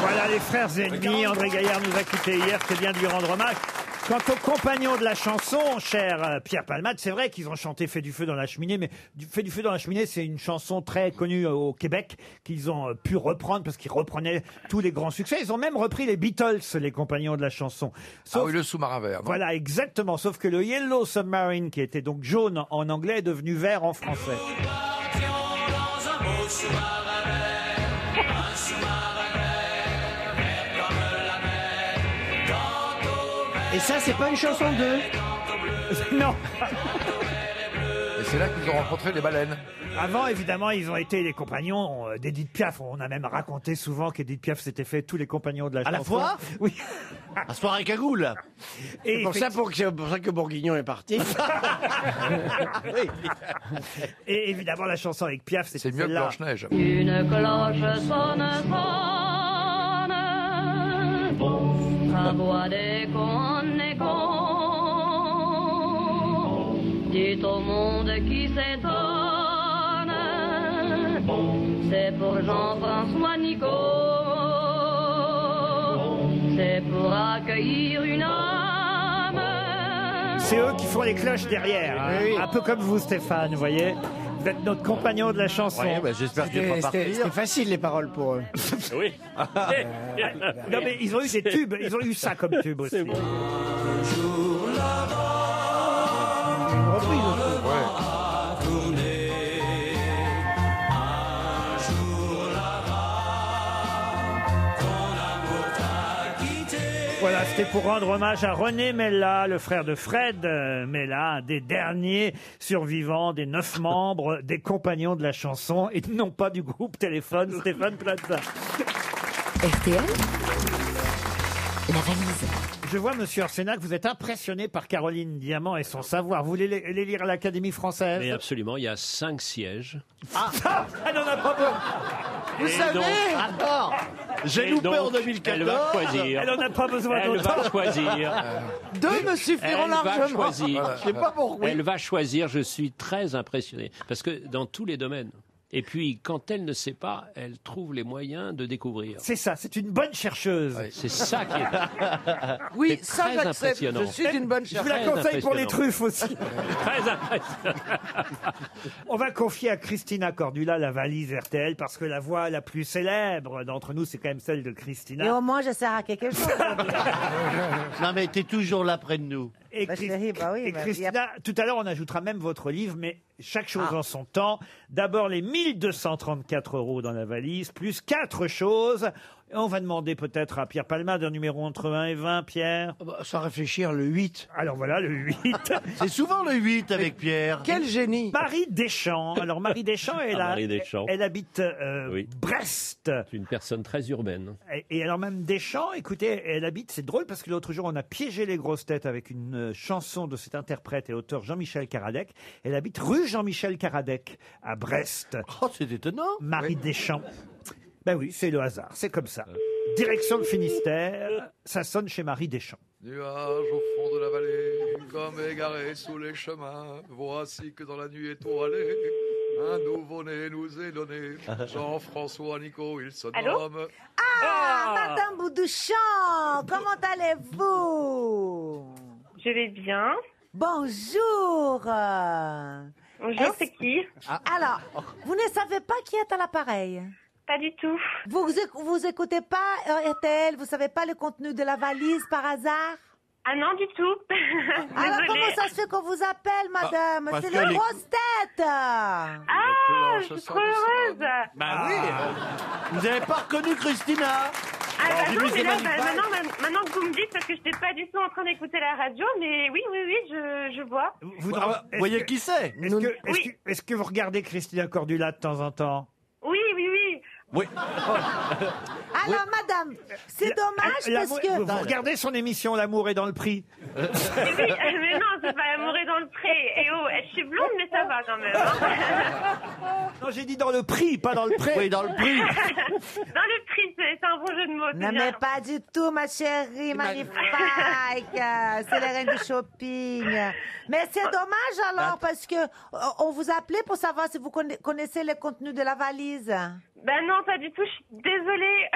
Voilà les frères ennemis. André Gaillard nous a quittés hier. C'est bien de lui rendre hommage. Quant aux compagnons de la chanson, cher euh, Pierre Palmade, c'est vrai qu'ils ont chanté Fait du feu dans la cheminée, mais du- Fait du feu dans la cheminée, c'est une chanson très connue euh, au Québec qu'ils ont euh, pu reprendre parce qu'ils reprenaient tous les grands succès. Ils ont même repris les Beatles, les compagnons de la chanson. Sauf-
Ah oui, le sous-marin vert. non
Voilà, exactement. Sauf que le Yellow Submarine, qui était donc jaune en anglais, est devenu vert en français.
dans un beau sous-marin vert, un sous-marin vert, vert comme la mer.
Et ça, c'est pas une chanson d'eux
[LAUGHS] Non
Et c'est là qu'ils ont rencontré les baleines.
Avant, évidemment, ils ont été les compagnons euh, d'Edith Piaf. On a même raconté souvent qu'Edith Piaf s'était fait tous les compagnons de la
À la
chanson.
fois
Oui.
À soirée cagoule.
Et
C'est pour, ça pour que- c'est pour ça que Bourguignon est
[LAUGHS]
parti.
Et évidemment, la chanson avec Piaf, c'était
C'est mieux que
celle-là.
Blanche-Neige.
Une cloche sonne, sonne. Un bois d'écho en écho. Dit au monde qui s'étonne. C'est pour Jean-François Nico. C'est pour accueillir une âme.
C'est eux qui font les cloches derrière. hein. Un peu comme vous, Stéphane, vous voyez. Vous êtes notre compagnon de la chanson.
Ouais, bah, j'espère que tu vas
C'était
pas
c'était-
partir.
c'était facile les paroles pour
[LAUGHS]
eux.
Oui. non, mais ils ont eu des tubes. Ils ont eu ça comme tube aussi.
Repris, ils ont-
Voilà, c'était pour rendre hommage à René Mella, le frère de Fred euh, Mella, un des derniers survivants des neuf membres des compagnons de la chanson et non pas du groupe Téléphone Stéphane Plaza.
RTL La valise.
Je vois, monsieur Arsenac, vous êtes impressionné par Caroline Diamant et son savoir. Vous voulez les les lire à l'Académie française
Mais absolument, il y a cinq sièges.
Ah, ah non, non,
Vous Et savez donc-
ah, Attends J'ai
Et
loupé
donc,
en 2014.
elle va choisir.
Elle en a pas besoin
Elle
d'autant.
va choisir.
[LAUGHS]
Deux me suffiront
Elle va
largement.
choisir.
Je sais pas pourquoi.
Elle va choisir. Je suis très impressionné parce que dans tous les domaines. Et puis quand elle ne sait pas, elle trouve les moyens de découvrir.
C'est ça, c'est une bonne chercheuse.
C'est ça qui est.
[LAUGHS]
[LAUGHS]
Oui,
C'est
ça
très
j'accepte. Je
impressionnant.
suis une bonne
Je vous la
chercheuse.
Très
conseille pour les
impressionnant.
truffes aussi.
Très impressionnant.
On va confier à Christina Cordula la valise RTL parce que la voix la plus célèbre d'entre nous, c'est quand même celle de
Et
Christina.
au moins, je sers à quelque
[LAUGHS]
chose.
Non, mais t'es toujours là près de nous.
Et,
Bah,
Chris-
chérie, bah oui,
et
bah,
Christina, tout à l'heure, on ajoutera même votre livre, mais chaque chose en son temps. D'abord, les 1234 euros dans la valise, plus quatre choses. On va demander peut-être à Pierre Palmade un numéro entre 1 et 20, Pierre. Oh, bah, Sans réfléchir, le 8. Alors voilà, le 8. [LAUGHS] C'est souvent le 8 avec Pierre.
Quel génie
Marie Deschamps. Alors Marie Deschamps, elle,
Ah,
a-
Marie Deschamps.
elle habite euh, Brest.
C'est une personne très urbaine.
Et- Et alors même Deschamps, écoutez, elle habite, c'est drôle parce que l'autre jour on a piégé les grosses têtes avec une euh, chanson de cet interprète et auteur Jean-Michel Karadec. Elle habite rue Jean-Michel Karadec à Brest. Oh, c'est étonnant. Marie Deschamps. Ben oui, c'est le hasard, c'est comme ça. Direction le Finistère, ça sonne chez Marie Deschamps.
Nuages au fond de la vallée, comme égarés sous les chemins, voici que dans la nuit étoilée, un nouveau-né nous est
[LAUGHS]
donné. Jean-François Nico, il se
Allô
nomme.
Ah, Madame Boudouchan, comment allez-vous Je vais bien. Bonjour. Bonjour, c'est qui Alors, vous ne savez pas qui est à l'appareil Pas du tout. Vous éc- vous écoutez pas euh, RTL, vous savez pas le contenu de la valise par hasard ah non, du tout. [LAUGHS] Alors
Désolée.
comment ça se fait qu'on vous appelle, madame
parce
C'est
qu'elle
les
éc-
grosses têtes
Ah, je suis trop heureuse
Ah.
Bah oui Vous n'avez pas reconnu Christina
Ah bah
Alors,
non,
dis-lui,
mais là,
c'est
bah,
magnifique.
maintenant, ma- maintenant que vous me dites, parce que je n'étais pas du tout en train d'écouter la radio, mais oui, oui, oui, je, je vois.
Ah, Vous voyez qui c'est Est-ce que, est-ce que- est-ce que vous regardez Christina Cordula de temps en temps
Oui, oui, oui.
[LAUGHS] Oui.
Alors, madame, c'est dommage parce que...
Vous regardez son émission L'amour est dans le prix
[LAUGHS] Mais oui, euh, mais non, c'est pas l'amour est dans le pré. Et oh, je suis blonde, mais ça va quand même. hein.
Non, j'ai dit dans le prix, pas dans le prêt.
Oui, dans le
[LAUGHS]
prix.
dans le prix, c'est c'est un bon jeu de mots.
Non, mais pas du tout, ma chérie, magnifique. C'est
[LAUGHS]
la reine du shopping. Mais c'est dommage
Ah.
alors, parce que euh, on vous appelait pour savoir si vous conna- connaissez le contenu de la valise.
Ben non, pas du tout, je suis
[LAUGHS]
désolée.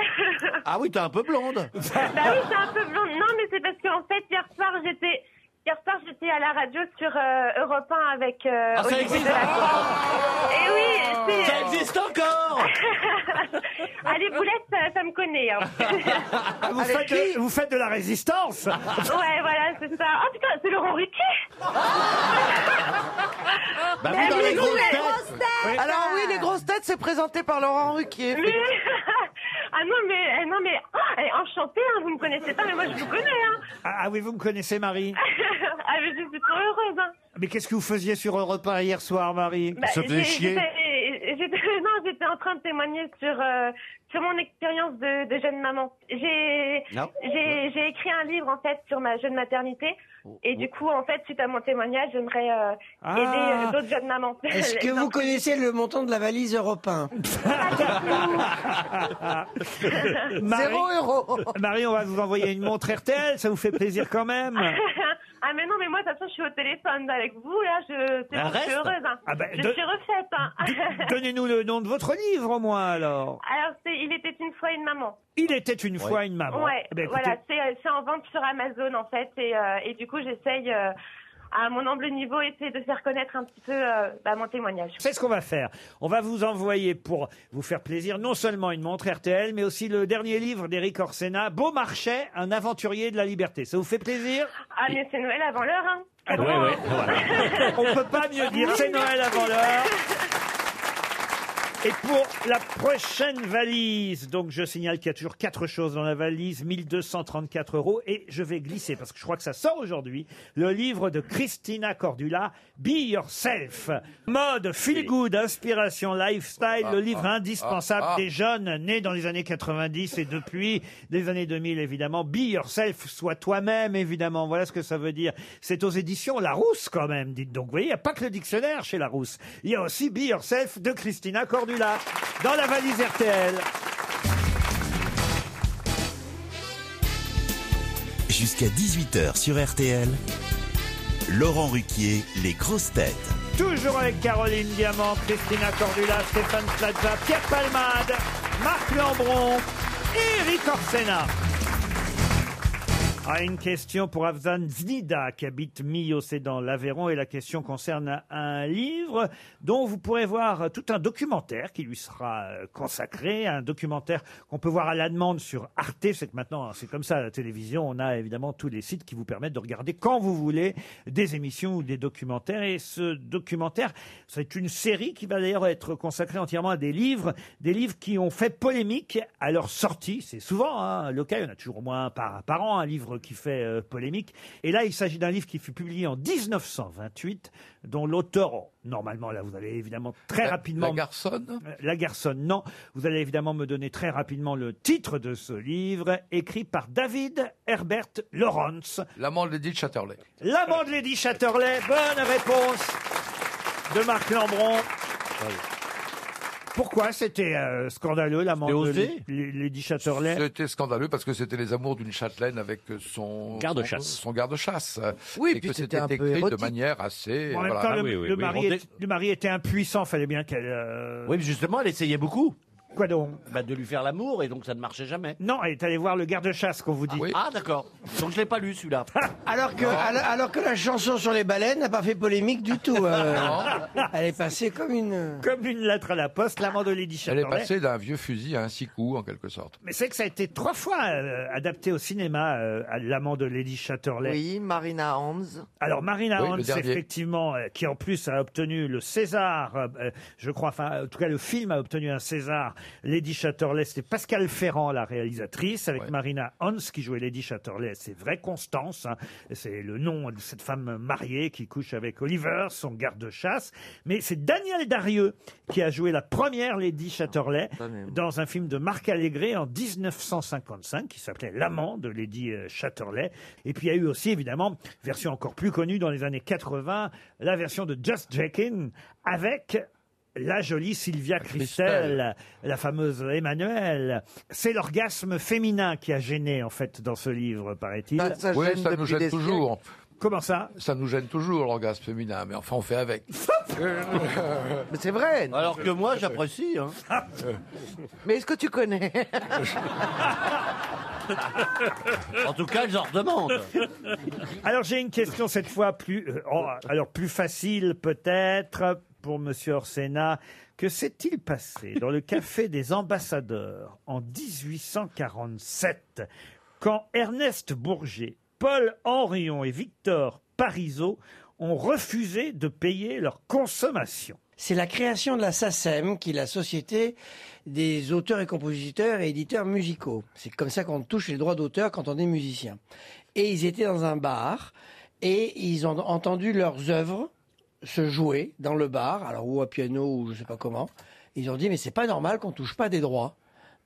Ah oui, t'es un peu blonde
[LAUGHS] Bah oui, c'est un peu blonde. Non, mais c'est parce qu'en fait, hier soir, j'étais. Hier soir, j'étais à la radio sur euh, Europe 1 avec. euh,
Ah, ça
Olivier
existe
Delacour.
Oh
Eh oui, c'est- euh,
Ça existe
[LAUGHS]
encore
Allez, Boulette, ça, ça me connaît. hein.
vous, faites de, vous faites de la résistance
ouais, voilà, c'est ça. Oh putain, c'est Laurent Ruquier
Bah oui, dans les grosses têtes.
Oui.
Alors oui, les grosses têtes, c'est présenté par Laurent Ruquier.
Mais... ah non, mais. eh, Non, mais... ah, eh, enchantée, hein, vous me connaissez pas, mais moi, je vous connais. Hein. [LAUGHS]
Ah, ah oui, vous me connaissez, Marie
ah, mais je suis trop heureuse. Hein.
Mais qu'est-ce que vous faisiez sur Europe 1 hier soir, Marie
Bah, j'ai- j'étais- [LAUGHS] j'étais- Non, j'étais en train de témoigner sur, euh, sur mon expérience de, de jeune maman. J'ai
Non.
j'ai- j'ai écrit un livre, en fait, sur ma jeune maternité. Et du coup, en fait, suite à mon témoignage, j'aimerais euh,
Ah.
aider euh, d'autres jeunes mamans.
Est-ce
[LAUGHS]
que vous connaissez le montant de la valise Europe
[LAUGHS]
1
Zéro euro Marie, on va vous envoyer une montre RTL, ça vous fait plaisir
[LAUGHS]
quand même
ah mais non, mais moi, de toute façon, je suis au téléphone avec vous, là. Je, c'est
Ah,
bon, je suis
reste.
heureuse. hein.
Ah, bah,
je
de-
suis refaite. hein. [LAUGHS]
Donnez-nous le nom de votre livre, au moins, alors
Alors, c'est Il était une fois une maman.
Il était une fois une maman.
Ouais,
Eh ben, écoutez,
voilà, c'est, euh, c'est en vente sur Amazon en fait, et, euh, et du coup j'essaye euh, à mon humble niveau essayer de faire connaître un petit peu euh, bah, mon témoignage.
C'est ce qu'on va faire. On va vous envoyer pour vous faire plaisir non seulement une montre RTL, mais aussi le dernier livre d'Éric Orsena, Beaumarchais, un aventurier de la liberté. Ça vous fait plaisir
Ah mais c'est Noël avant l'heure, hein
Ah, ouais, ouais, [LAUGHS] On peut pas mieux dire. C'est Noël avant l'heure. Et pour la prochaine valise, donc je signale qu'il y a toujours quatre choses dans la valise, 1234 euros, et je vais glisser, parce que je crois que ça sort aujourd'hui, le livre de Christina Cordula, Be Yourself. Mode, feel good, inspiration, lifestyle, le livre
ah,
indispensable
ah, ah.
des jeunes nés dans les années 90 et depuis les années 2000, évidemment. Be yourself, sois toi-même, évidemment. Voilà ce que ça veut dire. C'est aux éditions Larousse, quand même, dites donc. Vous voyez, il n'y a pas que le dictionnaire chez Larousse. Il y a aussi Be yourself de Christina Cordula dans la valise RTL.
Jusqu'à 18h sur RTL, Laurent Ruquier, les grosses têtes.
Toujours avec Caroline Diamant, Christina Cordula, Stéphane Plaza, Pierre Palmade, Marc Lambron et Eric Orsena. Ah, une question pour Afzan Znida qui habite Millau, dans l'Aveyron, et la question concerne un livre dont vous pourrez voir tout un documentaire qui lui sera euh, consacré, un documentaire qu'on peut voir à la demande sur Arte. C'est que maintenant, c'est comme ça à la télévision, on a évidemment tous les sites qui vous permettent de regarder quand vous voulez des émissions ou des documentaires. Et ce documentaire, c'est une série qui va d'ailleurs être consacrée entièrement à des livres, des livres qui ont fait polémique à leur sortie. C'est souvent hein, le cas, il y en a toujours au moins un par, par an, un livre qui fait euh, polémique. Et là, il s'agit d'un livre qui fut publié en 1928, dont l'auteur, oh, normalement, là, vous allez évidemment très rapidement... La Garçonne La Garçonne, non. Vous allez évidemment me donner très rapidement le titre de ce livre, écrit par David Herbert Lawrence.
L'amant de Edith Chatterley.
L'amant de Lady Chatterley, bonne réponse de Marc Lambron. Ah. Pourquoi c'était euh, scandaleux l'amant de
osé.
Lady Lady Chatterley
C'était scandaleux parce que c'était les amours d'une châtelaine avec son
Garde-chasse.
son, son garde-chasse.
Oui,
et
puis
que
c'était
c'était
un peu
écrit de
érotique.
manière assez.
Bon, en même
voilà. Ah
temps,
Ah
le, le mari est- le mari était impuissant, fallait bien qu'elle. euh,
Oui, mais justement, elle essayait beaucoup.
Quoi donc
bah, De lui faire l'amour et donc ça ne marchait jamais.
Non, elle est allée voir le garde-chasse qu'on vous dit.
Ah, d'accord. Donc je l'ai pas lu celui-là.
[LAUGHS]
Alors que, al- alors que la chanson sur les baleines n'a pas fait polémique du tout. euh. [LAUGHS] Elle est passée comme une... euh,
Comme une lettre à la poste, l'amant de Lady
Elle
Chatterley.
est passée d'un vieux fusil à un six coups en quelque sorte.
Mais c'est que ça a été trois fois euh, adapté au cinéma, euh, à l'amant de Lady Chatterley.
Oui, Marina Hans.
Alors Marina
Oui, le
Hans,
dernier.
effectivement, euh, qui en plus a obtenu le César, euh, euh, je crois, enfin en tout cas le film a obtenu un César, Lady Chatterley, c'était Pascal Ferrand la réalisatrice, avec Marina Hans qui jouait Lady Chatterley, c'est vrai, Constance, hein, c'est le nom de cette femme mariée qui couche avec Oliver, son garde-chasse, mais c'est Daniel Darieux qui a joué la première Lady Chatterley dans un film de Marc Allégret en 1955 qui s'appelait L'amant de Lady euh, Chatterley. Et puis il y a eu aussi évidemment, version encore plus connue dans les années 80, la version de Just Jekin avec la jolie Sylvia Christel, la fameuse Emmanuel. C'est l'orgasme féminin qui a gêné en fait dans ce livre, paraît-il.
oui, ça nous gêne toujours.
Comment ça
Ça nous gêne toujours l'orgasme féminin, mais enfin on fait
[LAUGHS]
avec.
Mais c'est vrai.
Alors que moi, j'apprécie. hein.
Ah.
Mais est-ce que tu
[LAUGHS]
connais
En tout cas, ils en
[LAUGHS]
redemandent.
Alors j'ai une question cette fois plus, euh, oh, alors plus facile peut-être pour Monsieur Orsena. Que s'est-il passé dans le café des ambassadeurs en 1847 quand Ernest Bourget, Paul Henrion et Victor Parisot ont refusé de payer leur consommation
C'est la création de la SACEM, E qui est la Société des auteurs et compositeurs et éditeurs musicaux. C'est comme ça qu'on touche les droits d'auteur quand on est musicien. Et ils étaient dans un bar et ils ont entendu leurs œuvres se jouer dans le bar, alors ou à piano ou je sais pas comment. Ils ont dit mais c'est pas normal qu'on touche pas des droits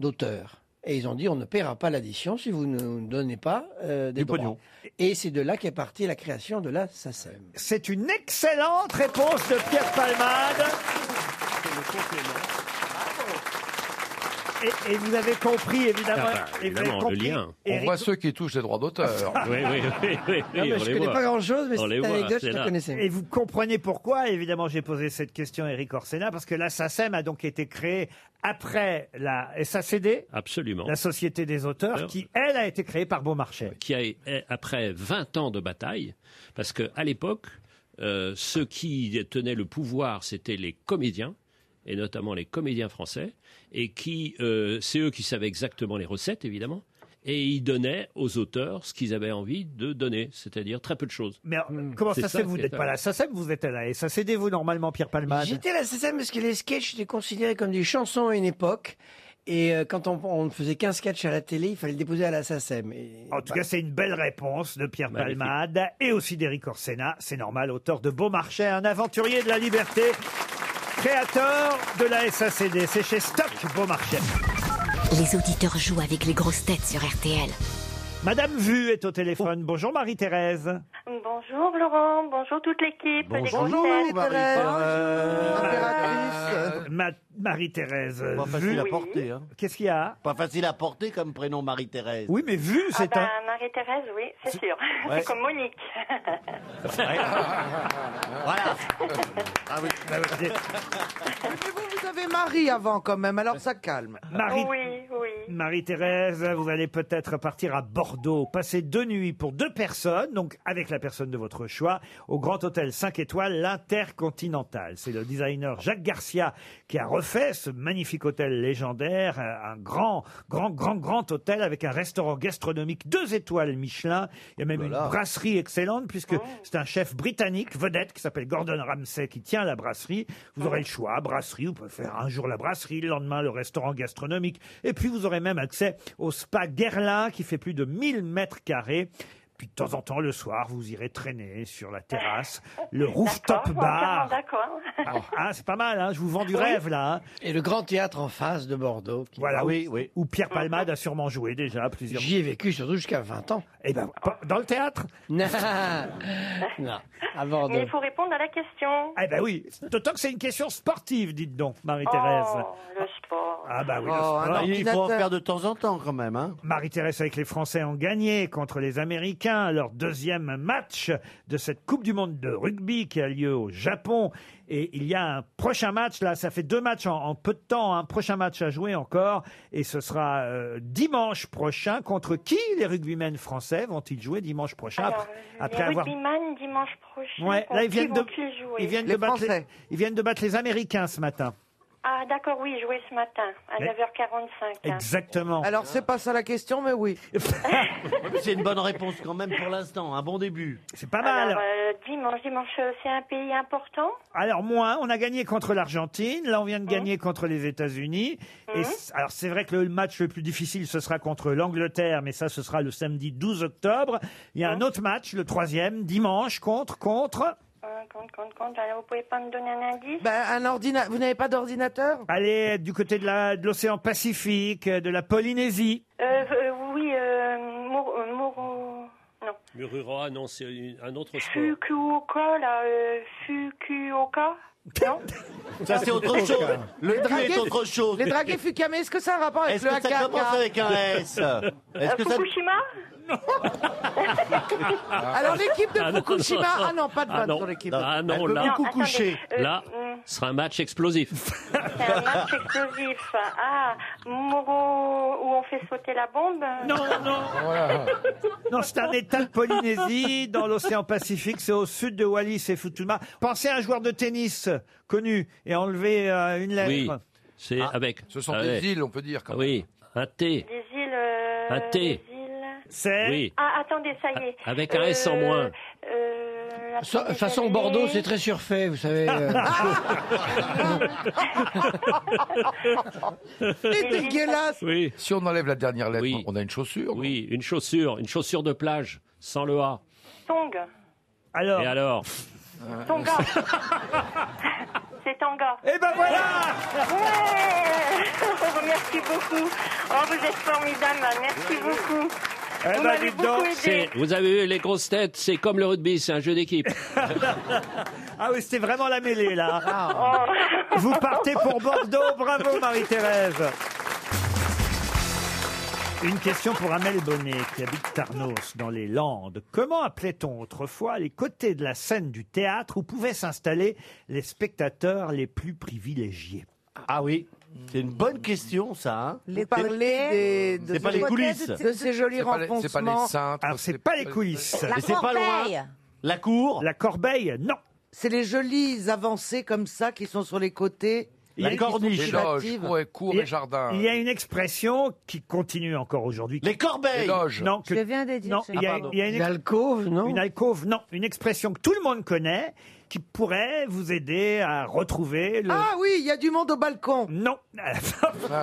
d'auteur. Et ils ont dit on ne paiera pas l'addition si vous ne nous donnez pas euh, des droits. Et c'est de là qu'est partie la création de la SACEM.
C'est une excellente réponse de Pierre Palmade. Et, et vous avez compris évidemment.
Ah bah,
et vous avez
évidemment, le
compris,
lien. On
Eric-
voit ceux qui touchent les droits
[LAUGHS]
d'auteur.
Oui, oui, oui, oui,
Non, mais on je les connais voit. pas
grand-chose,
mais On
c'est
les voit,
anecdote, je c'est la là. connaissais.
Et vous comprenez pourquoi, évidemment, j'ai posé cette question à Eric Orsena, parce que la SACEM a donc été créée après la SACD,
Absolument.
la Société des auteurs, qui, elle, a été créée par Beaumarchais.
qui a, est- après 20 ans de bataille, parce qu'à l'époque, euh, ceux qui tenaient le pouvoir, c'était les comédiens, et notamment les comédiens français, et qui, euh, c'est eux qui savaient exactement les recettes, évidemment, et ils donnaient aux auteurs ce qu'ils avaient envie de donner, c'est-à-dire très peu de choses.
Mais alors, comment
C'est
ça,
ça
c'est vous
qui est
n'êtes pas
dingue.
la SACEM, vous êtes à la SACD, vous, normalement, Pierre Palmade
J'étais à la SSM parce que les sketchs étaient considérés comme des chansons à une époque. Et euh, quand on, on ne faisait qu'un sketch à la télé, il fallait le déposer à la SACEM. Et-
En tout cas, c'est une belle réponse de Pierre
Magnifique.
Palmade et aussi d'Éric Orsena. C'est normal, auteur de Beaumarchais, un aventurier de la liberté, créateur de la SACD. C'est chez Stock Beaumarchais.
Les auditeurs jouent avec les grosses têtes sur RTL.
Madame Vu est au téléphone. Bonjour Marie-Thérèse.
Bonjour Laurent, bonjour toute l'équipe. des Ah grosses têtes.
Marie-Thérèse. Euh, Ma- Marie-Thérèse.
Pas
Vu.
facile à porter. Hein.
Qu'est-ce qu'il y a
Pas facile à porter comme prénom Marie-Thérèse.
Oui, mais vu,
Ah ben, Marie-Thérèse, oui, c'est sûr. [LAUGHS]
Ouais.
C'est comme Monique. [LAUGHS]
voilà.
Ah oui.
Mais vous, vous avez Marie avant quand même, alors ça calme. Oh.
Marie,
Oui, oui.
Marie-Thérèse, vous allez peut-être partir à Bordeaux, passer deux nuits pour deux personnes, donc avec la personne de votre choix, au Grand Hôtel 5 étoiles, l'Intercontinental. C'est le designer Jacques Garcia qui a refait ce magnifique hôtel légendaire, euh, un grand, grand, grand, grand hôtel avec un restaurant gastronomique deux étoiles Michelin. Il y a même une brasserie excellente puisque c'est un chef britannique vedette qui s'appelle Gordon Ramsay qui tient la brasserie. Vous aurez le choix, brasserie, vous pouvez faire un jour la brasserie, le lendemain le restaurant gastronomique. Et puis vous aurez même accès au spa Guerlain qui fait plus de 1000 mètres carrés. Puis de temps en temps, le soir, vous irez traîner sur la terrasse, le rooftop bar.
D'accord.
Ah, c'est pas mal, hein, je vous vends du
Oui.
rêve là. hein.
Et le grand théâtre en face de Bordeaux. qui- Ah,
Voilà, où, où Pierre Palmade a sûrement joué déjà plusieurs
J'y ai vécu surtout jusqu'à 20 ans.
Eh ben, pas- dans le théâtre
Non, [LAUGHS] non, à Bordeaux.
Mais il faut répondre à la question.
Eh ben oui, d'autant que c'est une question sportive, dites donc, Marie-Thérèse.
Oh, le sport.
Ah bah oui,
Oh,
le sport.
un Il faut en ordinateur. faire de
temps en temps quand même. hein. Marie-Thérèse avec les Français ont gagné contre les Américains leur deuxième match de cette Coupe du Monde de rugby qui a lieu au Japon. Et il y a un prochain match, là, ça fait deux matchs en, en peu de temps, un prochain match à jouer encore. Et ce sera euh, dimanche prochain. Contre qui les rugbymen français vont-ils jouer dimanche prochain
Alors,
après-
les rugbyman dimanche prochain.
Ouais,
contre
là, ils
qui
viennent de,
vont-ils jouer
ils viennent de battre les, ils viennent de battre les Américains ce matin.
Ah, d'accord, oui, jouer ce matin à
Mais-
9h45.
Exactement.
Alors, c'est pas ça la question, mais
[LAUGHS]
oui.
C'est une bonne réponse quand même pour l'instant, un bon début.
C'est pas
Alors,
mal.
euh, dimanche, dimanche, euh, c'est un pays important.
Alors moins, on a gagné contre l'Argentine, là on vient de gagner contre les États-Unis. Et c- alors c'est vrai que le match le plus difficile ce sera contre l'Angleterre, mais ça ce sera le samedi 12 octobre. Il y a un autre match, le troisième, dimanche contre contre.
Euh, compte, compte, compte. Alors, vous pouvez pas me donner un indice
un ordina... Vous n'avez pas d'ordinateur
Allez du côté de la- de l'océan Pacifique, euh, de la Polynésie.
euh, euh, Oui, euh, Mor- euh, Moro- Non.
Mururoa, non, c'est une- un autre sport.
Fukuoka, là, euh, Fukuoka Non
Ça, c'est autre chose. Le
Les
cul
dragués-
est autre chose.
Les dragués Fukame, est-ce que ça a un rapport avec
Est-ce
le
que ça
haka
commence avec un S Est-ce que
Euh,
ça...
Fukushima
[LAUGHS] Alors, l'équipe de Fukushima. Ah non, pas de
Ah
vanne
non,
sur l'équipe.
Ah non, là,
attendez, euh,
Là,
hum,
ce sera un
[LAUGHS]
match explosif.
C'est un match explosif. Ah, Moro, où on fait sauter la bombe
Non, non Non, c'est un état de Polynésie dans l'océan Pacifique, c'est au sud de Wallis et Futuna. Pensez à un joueur de tennis connu et enlevez euh, une lettre.
Oui, c'est
Ah,
avec.
ce sont
avec-
des îles,
on peut dire. oui, un T.
Des îles. euh,
Un thé.
des îles-
C'est
Oui.
Ah, attendez, ça y est.
Avec un S en
Euh,
moins.
euh, la
So- De toute façon,
Polynésie.
Bordeaux, c'est très surfait, vous savez.
[LAUGHS]
euh.
Oui.
Si on enlève la dernière lettre, on a une chaussure.
Oui, une chaussure, une chaussure de plage, sans le A.
Tong.
Alors
Et alors
Tonga. [LAUGHS] c'est Tanga.
Eh ben voilà
Ouais Merci beaucoup. Oh, vous êtes formidable. Merci beaucoup.
Eh
vous
ben,
m'avez
dites
beaucoup
donc,
aidé.
c'est- Vous avez eu les grosses têtes, c'est comme le rugby, c'est un jeu [LAUGHS] d'équipe.
Ah oui, c'était vraiment la mêlée là. Vous partez pour Bordeaux, bravo Marie-Thérèse. Une question pour Amel Bonnet qui habite Tarnos dans les Landes. Comment appelait-on autrefois les côtés de la scène du théâtre où pouvaient s'installer les spectateurs les plus privilégiés
Ah oui, c'est une bonne question ça. hein.
Vous parlez des- de,
C'est pas
ces-
les coulisses.
de ces jolis
C'est pas les-
renfoncements.
c'est pas les cintres,
Alors c'est pas
[LAUGHS]
les coulisses.
La Mais c'est pas corbeille. loin.
La cour. La corbeille, non.
C'est les jolies avancées comme ça qui sont sur les côtés. et qui sont privatifs.
Il y a-
Ah
Il y a une expression qui continue encore aujourd'hui. Les
corbeilles. Les loges.
Non, que-
Je viens de dire
non,
ça.
il y
Ah,
a,
pardon.
il y a une,
Une
alcôve, non Une alcôve, non. Une expression que tout le monde connaît, qui pourrait vous aider à retrouver le...
Ah oui, il y a du monde au balcon.
Non. [LAUGHS]
Ah,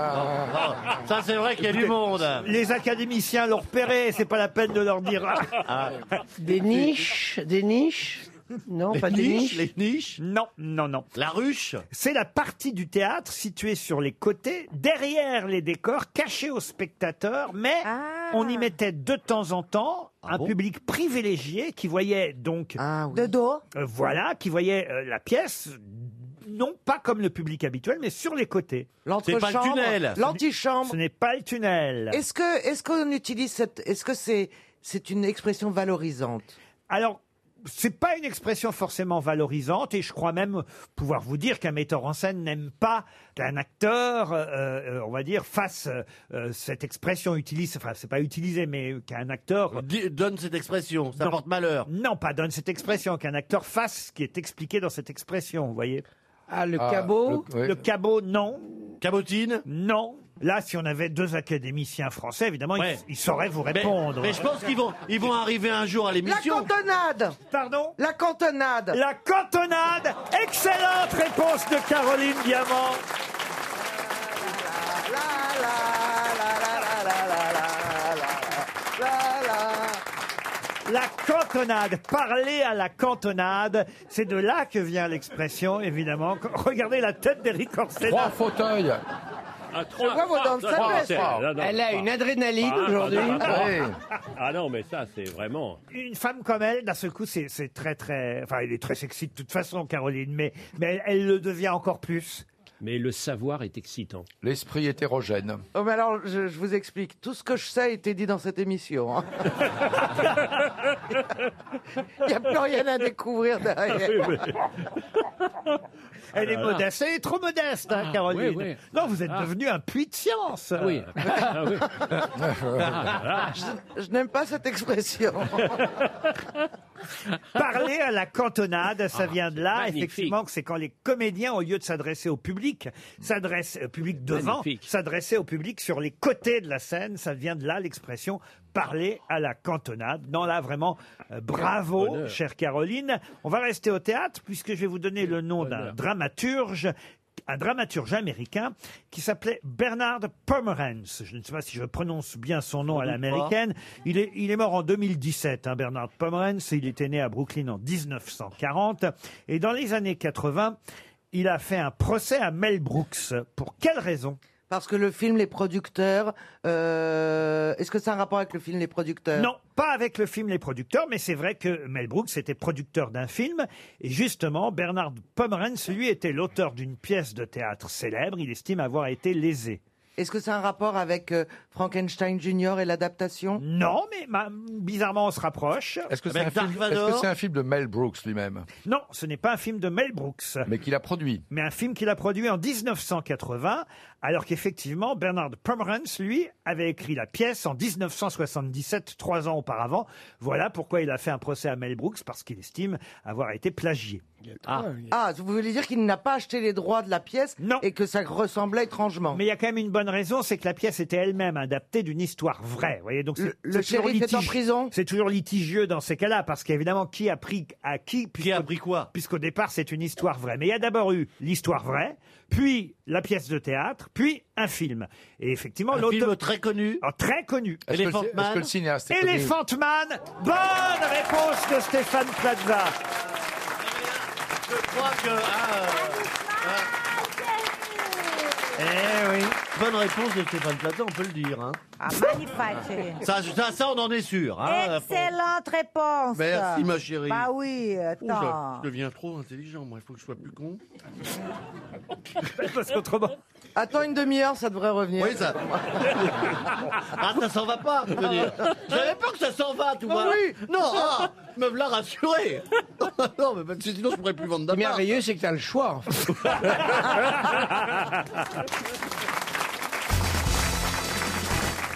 Ça c'est vrai qu'il y a du monde.
Les académiciens l'ont repéré, c'est pas la peine de leur dire.
Ah.
Des
[LAUGHS]
niches, des niches. Non, pas des niches.
Les niches Non, non, non. La ruche C'est la partie du théâtre située sur les côtés, derrière les décors, cachée aux spectateurs, mais on y mettait de temps en temps
Ah
un public privilégié qui voyait donc... De dos Voilà, qui voyait euh, la pièce... Non pas comme le public habituel, mais sur les côtés.
L'entrechambre, C'est pas le tunnel. l'antichambre.
Ce n'est pas le tunnel.
Est-ce que est-ce qu'on utilise cette est-ce que c'est c'est une expression valorisante
Alors c'est pas une expression forcément valorisante et je crois même pouvoir vous dire qu'un metteur en scène n'aime pas qu'un acteur, euh, euh, on va dire, fasse euh, cette expression, utilise, enfin c'est pas utilisé, mais qu'un acteur...
donne cette expression, ça porte
malheur. Non, pas donne cette expression, qu'un acteur fasse ce qui est expliqué dans cette expression, vous voyez Ah, le
Ah, cabot
le,
le- oui.
cabot, non. Cabotine Non. Là, si on avait deux académiciens français, évidemment, ils- ils, sauraient vous
Mais-
répondre.
Mais, je pense qu'ils vont, ils vont arriver un jour à l'émission.
cantonade Pardon La cantonade La cantonade Excellente réponse de Caroline Diamant La cantonade, parler à la cantonade, c'est de là que vient l'expression, évidemment. Regardez la tête d'Eric Orsena.
Trois fauteuils.
Ah,
Je vois vos dents de sagesse. Elle a une adrénaline aujourd'hui.
Ah non, mais ça, c'est vraiment.
Une femme comme elle, d'un seul coup, c'est c'est très, très... Enfin, elle est très sexy de toute façon, Caroline, mais, mais elle, elle le devient encore plus.
Mais le savoir est excitant.
L'esprit hétérogène.
Oh, mais alors, je, je vous explique. Tout ce que je sais a été dit dans cette
[LAUGHS]
émission. hein. Il n'y a plus rien à découvrir derrière.
[LAUGHS] Ah Elle est
là là.
modeste, elle est trop modeste, hein,
Ah,
Caroline.
oui, oui.
Non, vous êtes
Ah.
devenu un puits de science. [LAUGHS]
oui. Ah, oui.
je n'aime pas cette expression. [LAUGHS] Parler à la cantonade, ça vient de là,
Ah, magnifique.
effectivement, que c'est quand les comédiens, au lieu de s'adresser au public, s'adressent au public devant,
Magnifique.
s'adresser au public sur les côtés de la scène, ça vient de là l'expression parler à la cantonade. Non, là, vraiment, euh, bravo,
Bonheur.
chère Caroline. On va rester au théâtre, puisque je vais vous donner le nom d'un dramaturge un dramaturge américain qui s'appelait Bernard Pomerance. Je ne sais pas si je prononce bien son nom
doute
à
pas.
l'américaine. Il est, il est mort en 2017, hein, Bernard Pomerance. Il était né à Brooklyn en 1940. Et dans les années 80, il a fait un procès à Mel Brooks. Pour quelle raison
Parce que le film Les Producteurs. euh, Est-ce que c'est un rapport avec le film Les Producteurs
Non, pas avec le film Les Producteurs, mais c'est vrai que Mel Brooks était producteur d'un film. Et justement, Bernard Pomerance, lui, était l'auteur d'une pièce de théâtre célèbre. Il estime avoir été lésé.
Est-ce que c'est un rapport avec euh, Frankenstein Junior et l'adaptation
Non, mais ma- bizarrement, on se rapproche.
Est-ce que c'est un, film- est-ce que c'est un film de Mel Brooks lui-même
Non, ce n'est pas un film de Mel Brooks.
Mais qu'il a produit.
Mais un film qu'il a produit en 1980, alors qu'effectivement, Bernard Pomerance, lui, avait écrit la pièce en 1977, trois ans auparavant. Voilà pourquoi il a fait un procès à Mel Brooks, parce qu'il estime avoir été plagié.
Ah. Ah, vous voulez dire qu'il n'a pas acheté les droits de la pièce et que ça ressemblait étrangement
Mais il y a quand même une bonne raison, c'est que la pièce était elle-même adaptée d'une histoire vraie. Vous voyez, donc
Le- le shérif est en prison
C'est toujours litigieux dans ces cas-là, parce qu'évidemment, qui a pris à qui Qui a pris
quoi
Puisqu'au départ, c'est une histoire vraie. Mais il y a d'abord eu l'histoire vraie, puis la pièce de théâtre, puis un film. Et effectivement,
Un
l'auteur-
film très connu.
Ah, très connu.
Est-ce que le- Elephant est-ce Man que le cinéaste est connu
Elephant Man. Bonne réponse de Stéphane Plaza.
Je crois que. ah,
Eh oui.
euh, Bonne réponse de Stéphane Plaza, on peut le dire. Hein.
Ah, magnifique.
Ça, ça, ça, on en est sûr. Hein,
Excellente réponse.
Merci, ma chérie.
Bah oui,
Ouh, ça,
attends.
je deviens trop intelligent, moi, il faut que je sois plus con.
Parce qu'autrement.
Attends une demi-heure, ça devrait revenir. [LAUGHS]
Oui, ça. ah, ça s'en va pas, je veux dire. J'avais peur que ça s'en va, tout
Ah
va.
oui.
Non, ah, me voilà rassuré. [LAUGHS] non, mais parce que sinon, je pourrais plus vendre
Le
d'appart.
merveilleux, c'est que t'as le choix. en fait.
Bah,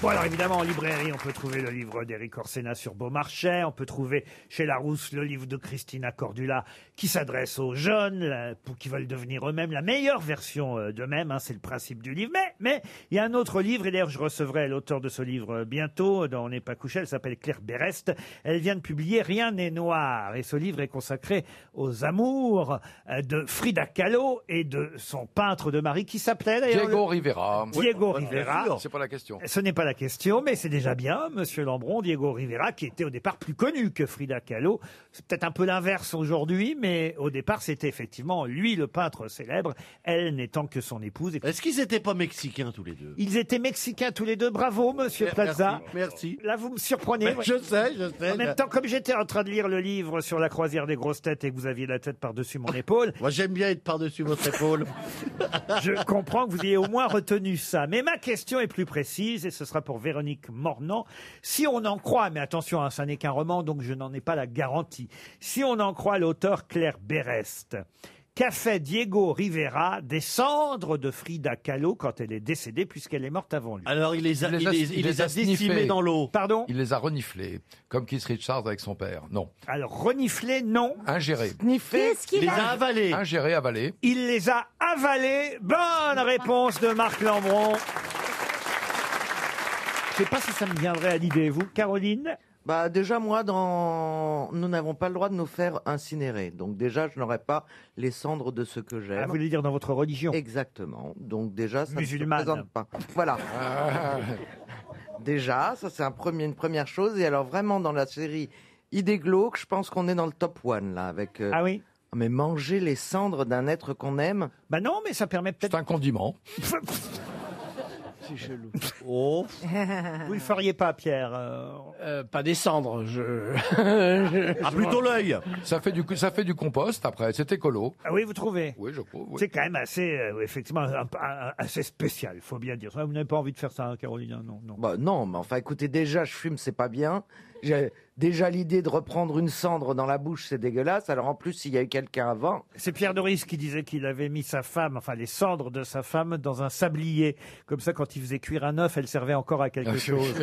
Bon, alors évidemment, en librairie, on peut trouver le livre d'Éric Orsena sur Beaumarchais, on peut trouver chez Larousse le livre de Christina Cordula qui s'adresse aux jeunes là, pour qui veulent devenir eux-mêmes la meilleure version euh, d'eux-mêmes, hein, c'est le principe du livre. Mais mais il y a un autre livre, et d'ailleurs je recevrai l'auteur de ce livre euh, bientôt, dans On n'est pas couché, elle s'appelle Claire Berest, elle vient de publier Rien n'est noir, et ce livre est consacré aux amours euh, de Frida Kahlo et de son peintre de mari qui s'appelait d'ailleurs...
Diego
le-
Rivera.
Diego
Oui, bien
Rivera.
sûr. C'est pas la question.
Ce n'est pas la question, mais c'est déjà bien, Monsieur Lambron, Diego Rivera, qui était au départ plus connu que Frida Kahlo. C'est peut-être un peu l'inverse aujourd'hui, mais au départ, c'était effectivement lui le peintre célèbre, elle n'étant que son épouse.
Est-ce qu'ils n'étaient pas mexicains tous les deux Eh,
Ils étaient mexicains tous les deux. Bravo, Monsieur
Merci,
Plaza.
Merci.
Là, vous me surprenez.
Mais Ben, je sais, je sais.
En même temps, comme j'étais en train de lire le livre sur la croisière des grosses têtes et que vous aviez la tête par-dessus mon épaule.
Ah, Moi, j'aime bien être par-dessus votre
[LAUGHS]
épaule.
je comprends que vous ayez au moins retenu ça. Mais ma question est plus précise et ce sera sera pour Véronique Mornan. Si on en croit, mais attention, hein, ça n'est qu'un roman, donc je n'en ai pas la garantie. Si on en croit l'auteur Claire Berest, qu'a fait Diego Rivera des cendres de Frida Kahlo quand elle est décédée, puisqu'elle est morte avant lui
Alors, il les a- il les- il les a
sniffés.
décimés dans l'eau.
Pardon
Il les a reniflés, comme Keith Richards avec son père. Non.
Alors, reniflés, non.
Ingérés.
Qu'est-ce qu'il
Il les
a-
a avalés. Ingérés, avalés.
Il les a avalés. Bonne réponse de Marc Lambron. Je sais pas si ça me viendrait à l'idée, vous, Caroline
Bah déjà moi dans nous n'avons pas le droit de nous faire incinérer. Donc déjà je n'aurais pas les cendres de ce que j'aime.
Ah, vous voulez dire dans votre religion
Exactement. Donc déjà ça
Musulmane.
ne se présente pas.
[LAUGHS]
Voilà. déjà, ça c'est un premier- une première chose et alors vraiment dans la série Idée glauque, je pense qu'on est dans le top one là avec euh,
Ah oui.
Mais manger les cendres d'un être qu'on aime
Bah non, mais ça permet peut-être
C'est un condiment.
C'est [LAUGHS] chelou.
Oh. Vous le feriez pas, Pierre euh,
pas descendre, je. [LAUGHS]
Ah, plutôt l'œil. Ça fait du co- ça fait du compost après. C'est écolo.
Ah oui, vous trouvez
Oui, je trouve. oui.
C'est quand même assez, euh, effectivement, un- un- assez spécial, il faut bien dire. Vous n'avez pas envie de faire ça, hein, Caroline hein, Non, non.
Bah non, mais enfin écoutez, déjà je fume, c'est pas bien. J'ai déjà l'idée de reprendre une cendre dans la bouche, c'est dégueulasse. Alors en plus, s'il y a eu quelqu'un avant,
C'est Pierre Doris qui disait qu'il avait mis sa femme, enfin les cendres de sa femme, dans un sablier. Comme ça, quand il faisait cuire un œuf, elle servait encore à
Ah,
quelque chose. [LAUGHS]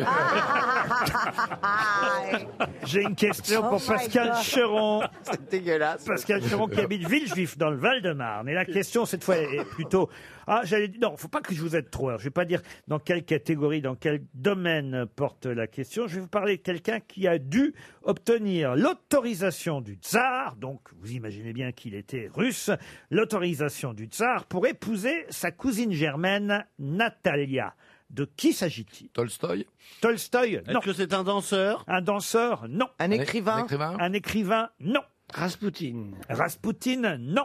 J'ai une question
Oh
pour
my
Pascal
God.
[LAUGHS]
Cheron.
c'est dégueulasse.
Pascal Cheron qui habite Villejuif dans le Val-de-Marne. Et la question cette fois est plutôt ah j'allais dire non faut pas que je vous aide trop. Alors, Je vais pas dire dans quelle catégorie, dans quel domaine porte la question. Je vais vous parler de quelqu'un qui a dû obtenir l'autorisation du tsar. Donc vous imaginez bien qu'il était russe. L'autorisation du tsar pour épouser sa cousine germaine Natalia. De qui s'agit-il
Tolstoï.
Tolstoï.
Est-ce que c'est un danseur
Un danseur, non.
Un écrivain Un écrivain
Un écrivain, non.
Raspoutine.
Raspoutine, non.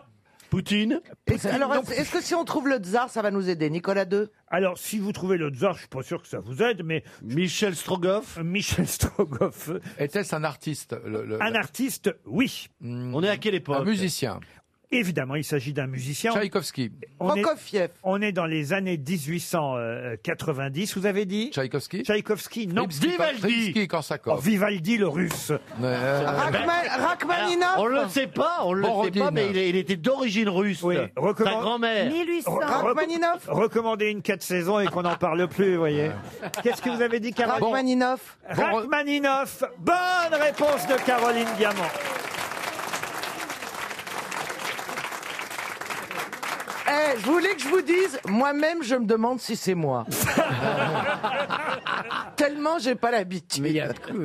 Poutine
Est-ce- alors est-ce est-ce que si on trouve le tsar, ça va nous aider, Nicolas II
Alors, si vous trouvez le tsar, je suis pas sûr que ça vous aide, mais... Euh,
Michel Strogoff
Michel Strogoff.
Était-ce un artiste le- le-
Un artiste, oui.
On
est à quelle époque
Un musicien.
Évidemment, il s'agit d'un musicien.
Tchaïkovski.
On est, on est dans les années 1890, vous avez dit
Tchaïkovski
Tchaïkovski, non.
Rimsky- Rimsky, Korsakov.
Oh, Vivaldi, le russe.
Ah, Rachmaninoff
euh, Ah, On le sait pas, on le sait pas,
Borodine.
mais il, est- il était d'origine russe.
Oui,
Sa grand-mère.
Rachmaninoff
Recommander une 4 saisons et qu'on n'en parle plus, vous voyez. Qu'est-ce que vous avez dit, Caroline
Rachmaninoff
Rachmaninoff. Bonne réponse de Caroline Diamant.
Eh, je voulais que je vous dise, moi-même, je me demande si c'est
[LAUGHS]
moi. Ah, Tellement j'ai pas l'habitude.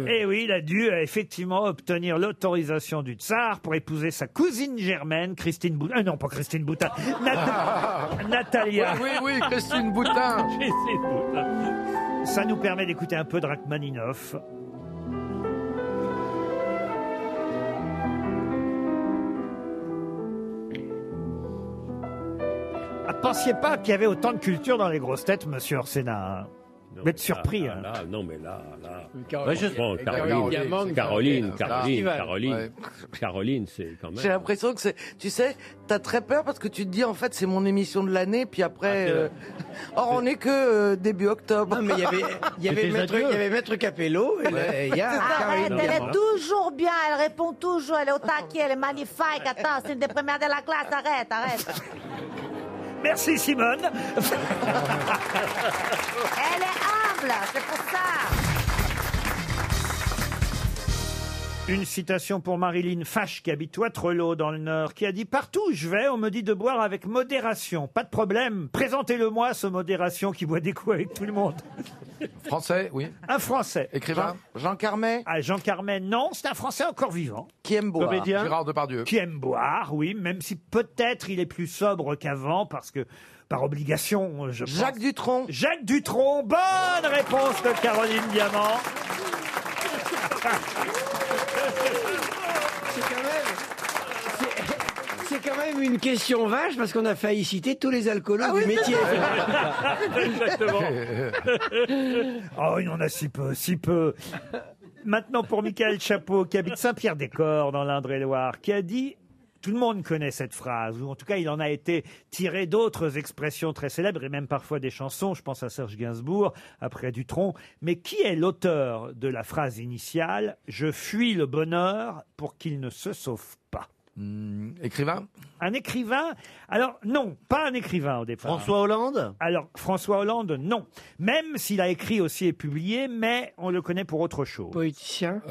Et oui, il a dû euh, effectivement obtenir l'autorisation du tsar pour épouser sa cousine germaine, Christine Boutin. non, pas Christine
[LAUGHS]
Boutin. Nata- Natalia.
Oui, oui, oui, Christine
[LAUGHS]
Boutin.
Christine Boutin. Ça nous permet d'écouter un peu de Rachmaninoff. Ah, pensiez pas qu'il y avait autant de culture dans les grosses têtes, monsieur Orsena. hein.
Non,
Vous êtes
là,
surpris.
là,
hein.
là, non, mais là, là.
Caroline.
Ouais, je- bon,
Et
Caroline,
Caroline,
Caroline,
Caroline,
Caroline, Caroline,
Caroline,
Caroline,
Caroline,
ouais.
Caroline, c'est quand
J'ai
même.
l'impression que c'est. Tu sais, t'as très peur parce que tu te dis en fait c'est mon émission de l'année, puis après.
Ah,
euh,
[LAUGHS]
Or on est que euh, début octobre.
Non, mais il y avait, il y avait, maître, il y avait Maître Capello, et là, il y a
Arrête,
Caroline
Ah, elle
Diamant.
est toujours bien, elle répond toujours, elle est au taquet, elle est magnifique. Attends, c'est une des premières de la classe, arrête, arrête.
[LAUGHS]
Merci Simone.
Elle est humble, c'est pour ça.
Une citation pour Marilyn Fache qui habite Ouattrelot dans le Nord, qui a dit Partout où je vais, on me dit de boire avec modération. Pas de problème, présentez-le-moi ce modération qui boit des coups avec tout le monde.
Français, oui.
Un Français.
Écrivain.
Jean Carmet
Ah, Jean Carmet, non, c'est un Français encore vivant.
Qui aime boire. Comédien.
Gérard Depardieu.
Qui aime boire, oui, même si peut-être il est plus sobre qu'avant parce que, par obligation, je pense.
Jacques Dutronc.
Jacques Dutronc, bonne réponse de Caroline Diamant.
C'est quand même. c'est- C'est quand même une question vache parce qu'on a failli citer tous les alcoolos du métier. [LAUGHS]
[LAUGHS] Oh, il en a si peu, si peu. Maintenant pour Michael Chapeau, qui habite Saint-Pierre-des-Corps dans l'Indre-et-Loire, qui a dit Tout le monde connaît cette phrase, ou en tout cas, il en a été tiré d'autres expressions très célèbres et même parfois des chansons. Je pense à Serge Gainsbourg, après Dutronc. Mais qui est l'auteur de la phrase initiale Je fuis le bonheur pour qu'il ne se sauve pas
écrivain
Un écrivain Alors non, pas un écrivain au départ.
François
Hollande Alors François Hollande, non. Même s'il a écrit aussi et publié, mais on le connaît pour autre chose.
Politicien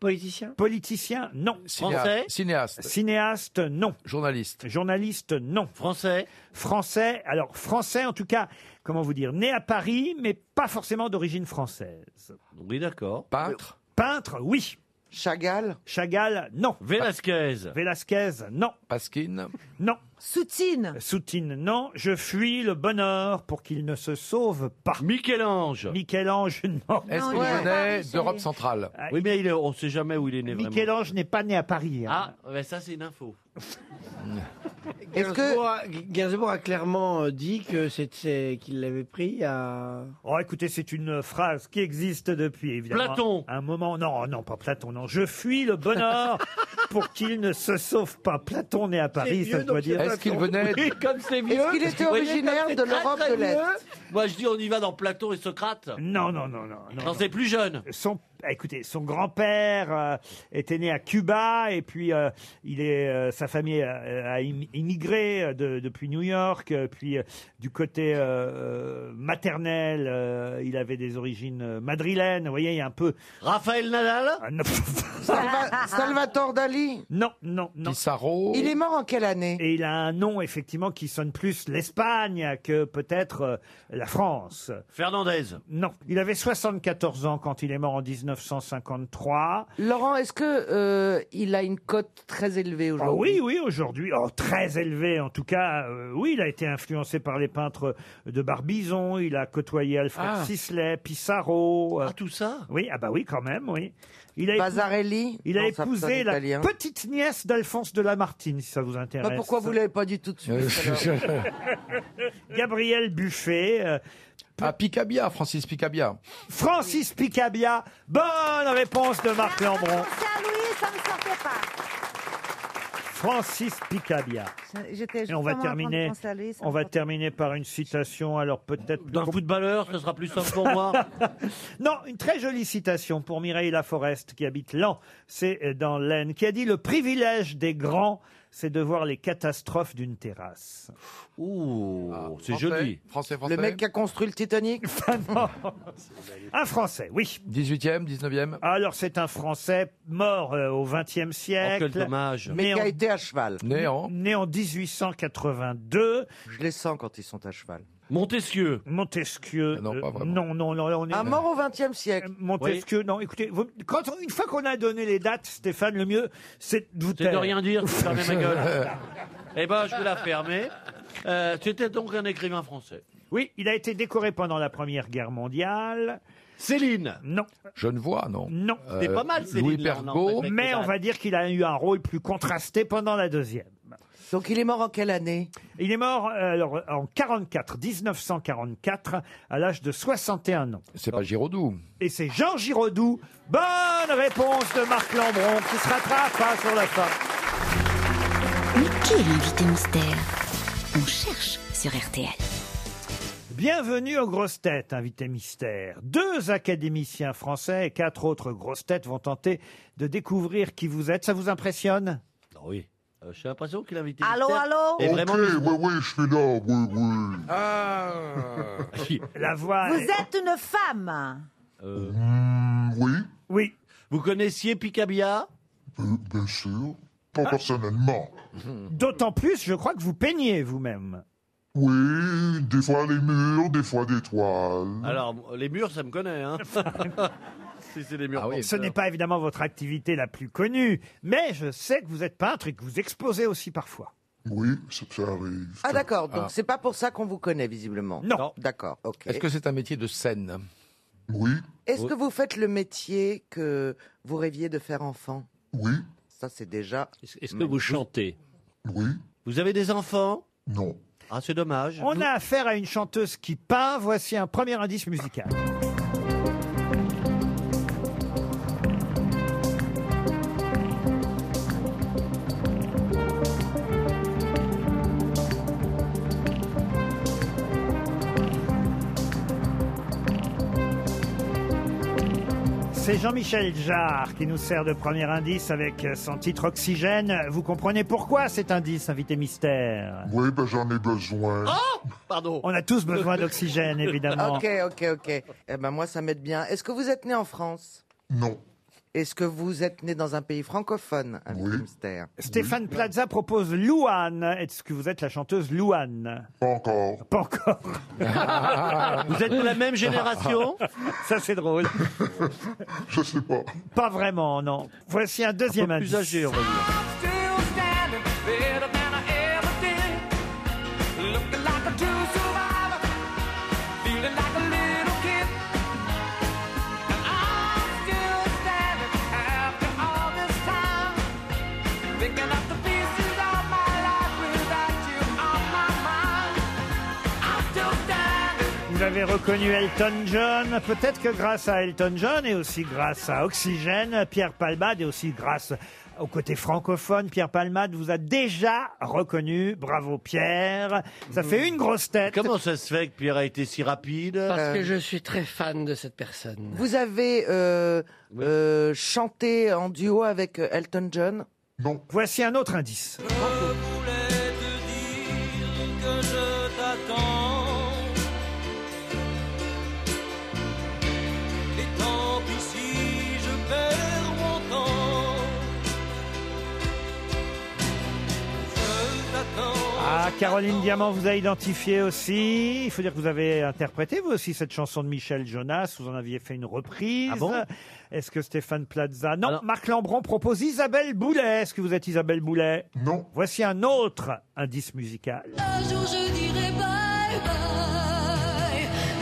Politicien
Politicien, non.
Cinéa- Français Cinéaste.
Cinéaste, non.
Journaliste.
Journaliste, non. Français Français, alors français en tout cas, comment vous dire, né à Paris, mais pas forcément d'origine française.
Oui, d'accord.
Peintre
Peintre, oui. Chagall Chagall, non.
Velasquez.
Velasquez, non.
Pasquine
Non. Soutine Soutine, non. Je fuis le bonheur pour qu'il ne se sauve pas.
Michel-Ange.
Michel-Ange, non. Ah,
Est-ce qu'il venait d'Europe centrale
Oui, mais il est- on ne sait jamais où il est né vraiment.
Michel-Ange n'est pas né à Paris. hein.
Ah, ben ça c'est une info.
Est-ce que Gainsbourg a clairement euh, dit que c'était qu'il l'avait pris à
Oh, écoutez, c'est une phrase qui existe depuis, évidemment.
Platon.
Un moment, non, non, pas Platon, non. Je fuis le bonheur
[LAUGHS]
pour qu'il ne se sauve pas. Platon né à Paris,
vieux,
ça
donc
doit
c'est
dire.
Platon. Est-ce qu'il venait- Oui, comme c'est vieux.
Est-ce qu'il
Parce
était
que vous voyez,
originaire
comme
de
c'est très,
l'Europe
très
de l'Est
vieux. Moi je dis on y va dans Platon et Socrate.
Non, non, non, non.
Quand c'est plus jeune.
Son, ah, écoutez, son grand-père euh, était né à Cuba et puis euh, il est, euh, sa famille euh, a im- immigré euh, de- depuis New York. euh, Puis euh, du côté euh, euh, maternel, euh, il avait des origines euh, madrilènes. Vous voyez, il y a un peu. Ah,
Raphaël Nadal
[LAUGHS] Salvatore Dali
Non, non, non.
Pissarro.
Il est mort en quelle année
Et il a un nom, effectivement, qui sonne plus l'Espagne que peut-être euh, la France.
Fernandez.
Non. Il avait 74 ans quand il est mort en 1953.
Laurent, est-ce que euh, il a une cote très élevée
Ah
aujourd'hui
oui, oui, aujourd'hui, oh, très élevé en tout cas. euh, oui, il a été influencé par les peintres de Barbizon, il a côtoyé Alfred
Ah.
Sisley, Pissarro. ah,
tout ça
Oui, ah bah oui, quand même, oui. Il a épou-
Vasarely
Il a
Non, ça sonne
épousé la
italien.
petite nièce d'Alphonse de Lamartine, si ça vous intéresse. Euh,
Bah, pourquoi vous l'avez pas dit tout de suite alors
[LAUGHS] Gabriel Buffet. euh,
Ah, Picabia, Francis Picabia.
Francis Picabia. Bonne réponse de Marc Lambron.
ça ne sortait pas.
Francis Picabia.
Je- J'étais
Et on va
justement en train de
terminer,
penser à lui, ça
on
me
va
sortait
terminer par une citation, alors peut-être plus
D'un
compl-
footballeur, ce sera plus simple pour moi.
[LAUGHS] Non, une très jolie citation pour Mireille Laforest qui habite Lan, c'est euh, dans l'Aisne, qui a dit le privilège des grands, c'est de voir les catastrophes d'une terrasse.
Ouh, c'est
Français,
joli.
Ah, Français,
Le mec qui a construit le
[LAUGHS]
Titanic
Un Français, oui.
18e, 19e.
Alors c'est un Français mort euh, au XXe siècle.
Oh, quel dommage.
Mais
Né
qui
en-
a été à cheval.
Né en
né en 1882.
Je les sens quand ils sont à cheval.
Montesquieu.
Montesquieu.
Ah non,
euh,
pas vraiment.
non, non, non, là, on est. Euh,
Un mort au XXe siècle.
Montesquieu, non, écoutez, vous- quand on- une fois qu'on a donné les dates, Stéphane, le mieux, c'est de vous
C'est de
taire.
rien
[LAUGHS]
dire, tu fermes
[LAUGHS]
ma gueule. eh ben, je vais la fermer. Euh, tu étais donc un écrivain français.
Oui, il a été décoré pendant la Première Guerre mondiale.
Céline.
Non,
Genevois, non Euh,
non.
C'était pas mal, Céline.
Louis
là, on en
Pergaud.
fait quelques
Mais on
dates.
va dire qu'il a eu un rôle plus contrasté pendant la deuxième.
Donc il est mort en quelle année
Il est mort euh, alors, en 44, 1944, à l'âge de 61 ans.
C'est pas Giraudoux.
Et c'est Jean Giraudoux. Bonne réponse de Marc Lambron qui se rattrape hein, sur la fin.
Mais qui est l'invité mystère On cherche sur RTL.
Bienvenue aux grosses têtes, invité mystère. Deux académiciens français et quatre autres grosses têtes vont tenter de découvrir qui vous êtes. Ça vous
[LAUGHS]
impressionne
Ah oui. Euh, J'ai l'impression qu'il a invité.
Allô,
Mister.
allô
Et vraiment,
oui, oui, je suis là, oui, oui.
[LAUGHS]
La voix.
Vous êtes une femme.
Euh,
oui,
Oui.
Vous connaissiez Picabia
euh, bien sûr. Pas personnellement.
D'autant plus, je crois que vous peignez vous-même.
Oui, des fois les murs, des fois des toiles.
Alors, les murs, ça me connaît.
[LAUGHS]
Hein. si c'est les murs.
Bon, Ah ce
penseurs.
n'est pas évidemment votre activité la plus connue, mais je sais que vous êtes peintre et que vous exposez aussi parfois.
Oui, ça, ça arrive.
Ah d'accord, donc
Ah.
c'est pas pour ça qu'on vous connaît visiblement.
Non.
D'accord, ok.
Est-ce que c'est un métier de scène
Oui,
Est-ce que vous faites le métier que vous rêviez de faire enfant
oui,
Ça c'est déjà...
Est-ce que vous chantez
oui,
Vous avez des enfants
non.
Ah, c'est dommage.
On a affaire à une chanteuse qui peint. Voici un premier indice musical. C'est Jean-Michel Jarre qui nous sert de premier indice avec son titre Oxygène. Vous comprenez pourquoi cet indice, invité mystère
Oui, ben j'en ai besoin.
Pardon. On a tous besoin d'oxygène, évidemment.
Ok, ok, ok. Eh ben moi, ça m'aide bien. Est-ce que vous êtes né en France
Non.
Est-ce que vous êtes né dans un pays francophone Un petit mystère.
Stéphane Plaza propose Louane. Est-ce que vous êtes la chanteuse Louane
[LAUGHS] Pas encore.
Pas encore.
Vous êtes de la même génération
[LAUGHS] Ça, c'est drôle.
[LAUGHS] Je sais pas.
Pas vraiment, non. Voici un deuxième
peu plus
indice.
âgé, on va dire.
Still standing better than I ever did. Looking like a true survivor, feeling like a little kid. And I'm still standing after all this time, picking up the pieces of my life without you on my mind. I'm still standing.
Vous avez reconnu Elton John. Peut-être que grâce à Elton John et aussi grâce à Oxygène, Pierre Palmade et aussi grâce au côté francophone, Pierre Palmade vous a déjà reconnu. Bravo Pierre. Ça fait une grosse tête.
Comment ça se fait que Pierre a été si rapide
Parce que je suis très fan de cette personne.
Vous avez euh, euh, chanté en duo avec euh, Elton John
Non.
Voici un autre indice.
que je t'attends. Et tant pis si je perds mon temps. Je t'attends.
Ah, Caroline Diamant vous a identifié aussi. Il faut dire que vous avez interprété vous aussi cette chanson de Michel Jonas. Vous en aviez fait une reprise.
Ah bon
Est-ce que Stéphane Plaza Non, Marc Lambron propose Isabelle Boulet. Est-ce que vous êtes Isabelle Boulet
Non.
Voici un autre indice musical.
Un jour je dirai bye bye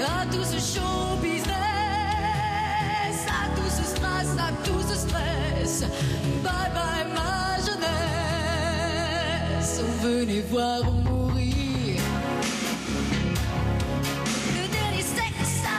à tout ce show business, à tout ce stress, à tout ce stress. Bye bye ma jeunesse, venez voir mourir. Le dernier sexe avant.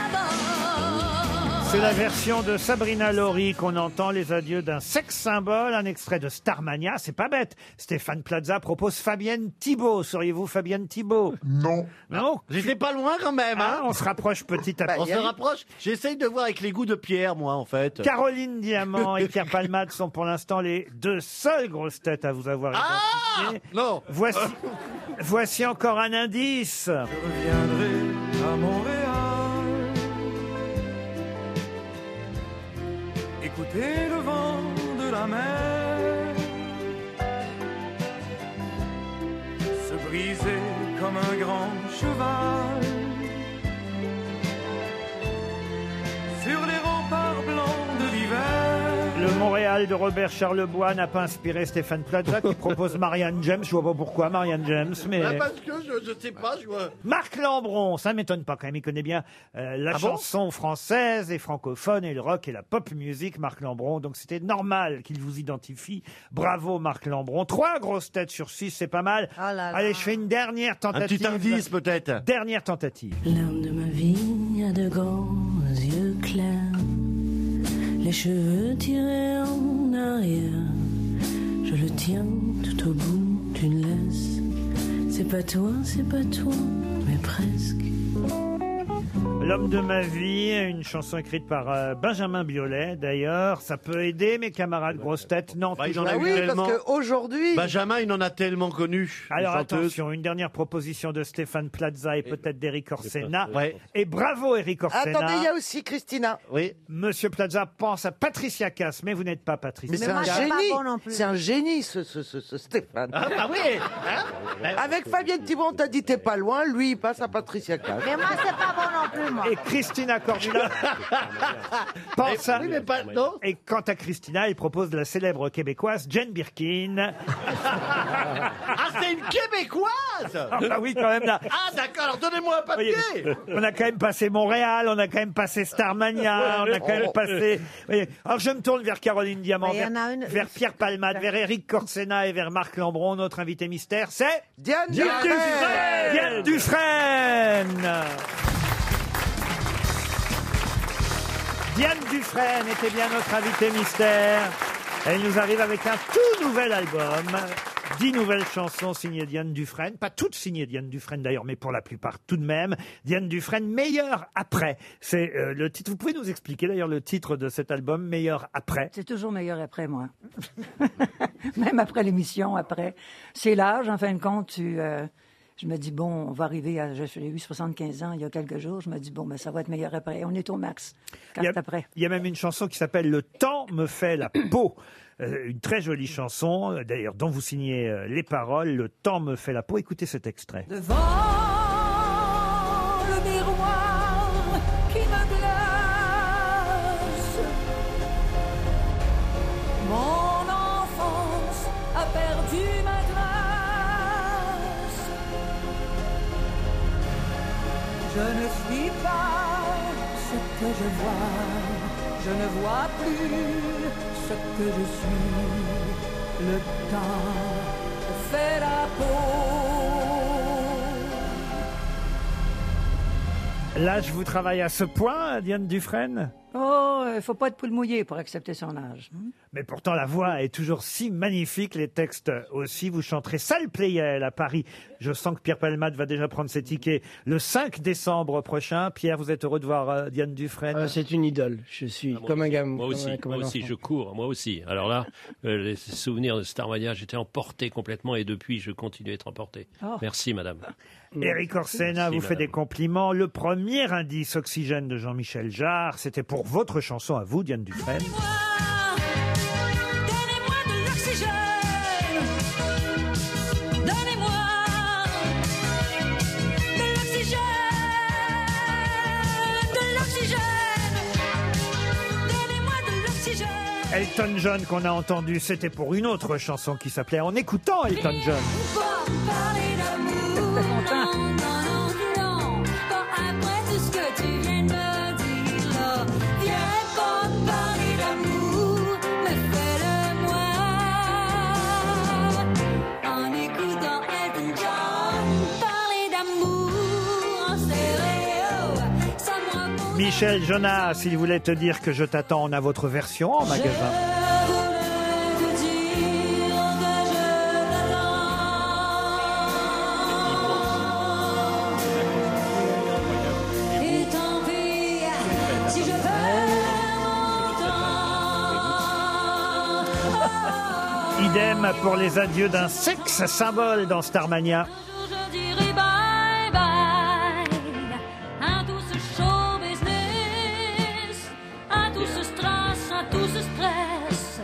C'est la version de Sabrina Lori qu'on entend les adieux d'un sexe symbole, un extrait de Starmania, c'est pas bête. Stéphane Plaza propose Fabienne Thibault. Seriez-vous Fabienne Thibault
Non.
Non Ah,
J'étais pas loin quand même. hein. Bah,
on se rapproche petit à petit.
On se rapproche. J'essaye de voir avec les goûts de Pierre, moi, en fait.
Caroline Diamant et Pierre Palmade sont pour l'instant les deux seules grosses têtes à vous avoir identifiées.
Non
Voici, voici encore un indice.
à Montréal.
Écoutez le vent de la mer se briser comme un grand cheval sur les remparts blancs de l'hiver.
Le Montréal de Robert Charlebois n'a pas inspiré Stéphane Plaza qui propose Marianne James. Je vois pas pourquoi Marianne James, mais...
Ah, parce que je, je sais pas, je vois.
Marc Lambron, ça m'étonne pas quand même, il connaît bien euh, la
Ah bon
chanson française et francophone et le rock et la pop music, Marc Lambron. Donc c'était normal qu'il vous identifie. Bravo Marc Lambron. Trois grosses têtes sur six, c'est pas mal.
là là.
Allez, je fais une dernière
Un
tentative.
petit indice, peut-être.
Dernière tentative.
L'homme de ma vie a de grands yeux clairs, les cheveux tirés en arrière. Je le tiens tout au bout d'une laisse. C'est pas toi, c'est pas toi, mais presque.
L'homme de ma vie, une chanson écrite par euh, Benjamin Biolay d'ailleurs. Ça peut aider mes camarades grosses têtes. Non,
Bah, il en
toujours
a
la
eu
même.
tellement.
qu'aujourd'hui.
Benjamin, il en a tellement connu. les
Alors
chanteuses.
attention, une dernière proposition de Stéphane Plaza et peut-être d'Eric Orsena.
Ouais.
Et bravo Eric Orsena.
Attendez, il y a aussi Christina.
Oui.
Monsieur Plaza pense à Patricia Cass, mais vous n'êtes pas Patricia.
Mais, c'est un
Cass.
génie.
bon non plus.
c'est un génie, ce, ce, ce, ce Stéphane.
Ah, bah oui hein
[LAUGHS] Avec Fabienne Thibault, on t'a dit t'es pas loin. Lui, il passe à Patricia Cass.
Mais moi, c'est pas bon non plus, moi.
Et Christina Cordula [LAUGHS] pense à... Ah
Oui, mais pas. Non
Et quant à Christina, il propose la célèbre québécoise Jane Birkin.
[LAUGHS] Ah, c'est une Québécoise
Ah bah oui, quand même, là.
Ah, d'accord, alors donnez-moi un
Voyez,
papier
on a quand même passé Montréal, on a quand même passé Starmania, on a quand même passé. voyez. Alors je me tourne vers Caroline Diamant,
Mais il y
vers,
en a une- Bah.
vers Pierre Palmade, vers Eric Corsena et vers Marc Lambron. Notre invité mystère, c'est
Diane,
Diane Dufresne. Diane Dufresne. Diane Dufresne était bien notre invitée mystère. Elle nous arrive avec un tout nouvel album. Dix nouvelles chansons signées Diane Dufresne. Pas toutes signées Diane Dufresne d'ailleurs, mais pour la plupart tout de même. Diane Dufresne, meilleur après. C'est euh, le titre. Vous pouvez nous expliquer d'ailleurs le titre de cet album, meilleur après.
C'est toujours meilleur après, moi. [LAUGHS] Même après l'émission, après. C'est l'âge, en fin de compte, tu, euh, je me dis, bon, on va arriver à. J'ai eu 75 ans il y a quelques jours. Je me dis, bon, ben, ça va être meilleur après. On est au max. Quand
Il y, a,
après.
il y a même une chanson qui s'appelle Le temps me fait la peau. Euh, une très jolie chanson, euh, d'ailleurs, dont vous signez euh, les paroles. Le temps me fait la peau. Écoutez cet extrait.
Devant le miroir qui me glace, mon enfance a perdu ma grâce. Je ne suis pas ce que je vois, je ne vois plus ce que je suis. Le temps fait la peau.
Là, je vous travaille à ce point, Diane Dufresne.
Oh, il faut pas être poule mouillée pour accepter son âge. hein.
Mais pourtant, la voix est toujours si magnifique, les textes aussi. Vous chanterez Salle Playel à Paris. Je sens que Pierre Palmade va déjà prendre ses tickets le 5 décembre prochain. Pierre, vous êtes heureux de voir euh, Diane Dufresne.
C'est une idole. Je suis comme un gamin.
Ah, Moi aussi, moi aussi je cours, moi aussi. Alors là, euh, les souvenirs de Starmania, j'étais emporté complètement et depuis, je continue d'être emporté.
Oh.
Merci, madame.
Eric Orsena
Merci,
vous fait
madame.
des compliments. Le premier indice Oxygène de Jean-Michel Jarre, c'était pour votre chanson à vous, Diane Dufresne.
Donnez-moi de l'oxygène. Donnez-moi de l'oxygène. De l'oxygène. Donnez-moi de l'oxygène.
Elton John qu'on a entendu, c'était pour une autre chanson qui s'appelait En écoutant Elton John.
Pas parler d'amour. Non, non, non, non. Pas après tout ce que tu viens de me dire. là. Viens pas me parler d'amour, mais fais-le-moi. En écoutant Elton John, parler d'amour en stéréo. oh, Ça me
Michel Jonas, il voulait te dire que je t'attends, on a votre version en magasin.
Et tant pis si je perds mon temps.
Idem pour les adieux d'un sexe symbole dans Starmania.
Je dirai bye bye à tout ce show business, à tout ce stress, à tout ce stress.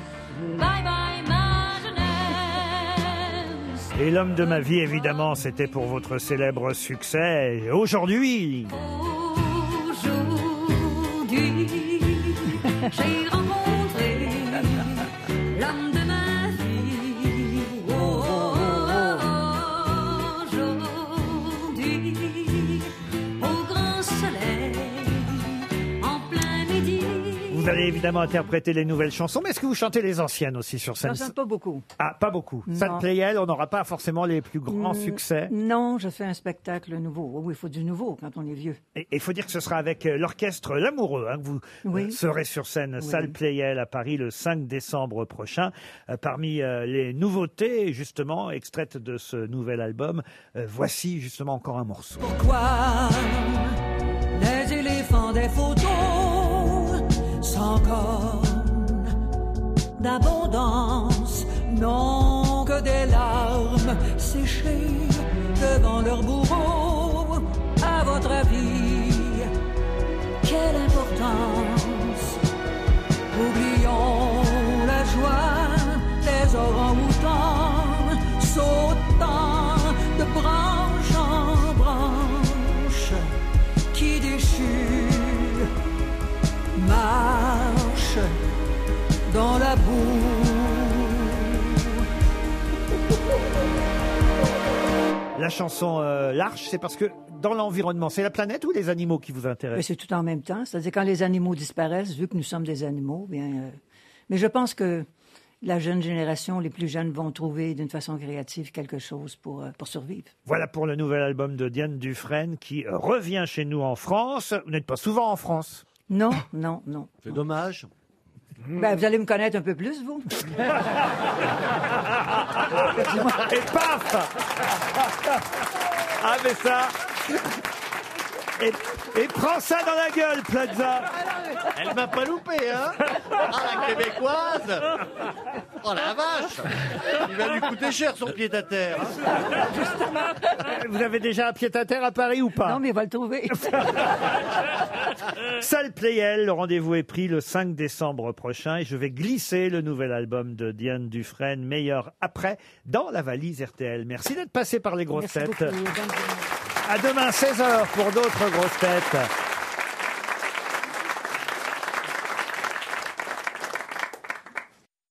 Bye bye ma jeunesse.
Et l'homme de ma vie, évidemment, c'était pour votre célèbre succès. Et Aujourd'hui,
Aujourd'hui, j'ai rencontré l'homme de ma vie. Oh, oh, oh, oh. Aujourd'hui, au grand soleil, en plein midi.
vous allez évidemment interpréter les nouvelles chansons, mais est-ce que vous chantez les anciennes aussi sur scène
J'en chante pas beaucoup.
Ah, pas beaucoup.
Non.
Ça te plaît, elle, on n'aura pas forcément les plus grands
Mm,
succès.
Non, je fais un spectacle nouveau. Oh oui, il faut du nouveau quand on est vieux.
Et il faut dire que ce sera avec euh, l'orchestre L'Amoureux hein, que vous
Oui.
euh, serez sur scène,
Oui.
salle Playel à Paris le 5 décembre prochain. Euh, parmi euh, les nouveautés, justement, extraites de ce nouvel album, euh, voici justement encore un morceau.
Pourquoi les éléphants des photos sans cornes d'abondance n'ont que des larmes séchées devant leur bourreau À votre avis, quelle importance Oublions la joie des orangs-outans sautant de branche en branche qui déchire, marche dans la boue.
La chanson euh, L'Arche, c'est parce que dans l'environnement, c'est la planète ou les animaux qui vous
Mais
intéressent
c'est tout en même temps. C'est-à-dire quand les animaux disparaissent, vu que nous sommes des animaux, bien. euh, Mais je pense que la jeune génération, les plus jeunes, vont trouver d'une façon créative quelque chose pour, euh, pour survivre.
Voilà pour le nouvel album de Diane Dufresne qui euh, revient chez nous en France. Vous n'êtes pas souvent en France.
Non, non, non.
[LAUGHS]
C'est dommage.
Ben, vous allez me connaître un peu plus, vous.
Et paf Ah mais ça et, et prends ça dans la gueule, Plaza
Elle m'a pas loupé, hein Ah, la québécoise Oh la vache Il va lui coûter cher son pied à terre. hein.
[LAUGHS] Vous avez déjà un pied à terre à Paris ou pas
Non, mais il va le trouver.
[LAUGHS]
[LAUGHS]
Salle Playel, le rendez-vous est pris le 5 décembre prochain et je vais glisser le nouvel album de Diane Dufresne, Meilleur après, dans la valise RTL. Merci d'être passé par les grosses
Merci
têtes.
beaucoup.
À demain 16h pour d'autres grosses têtes.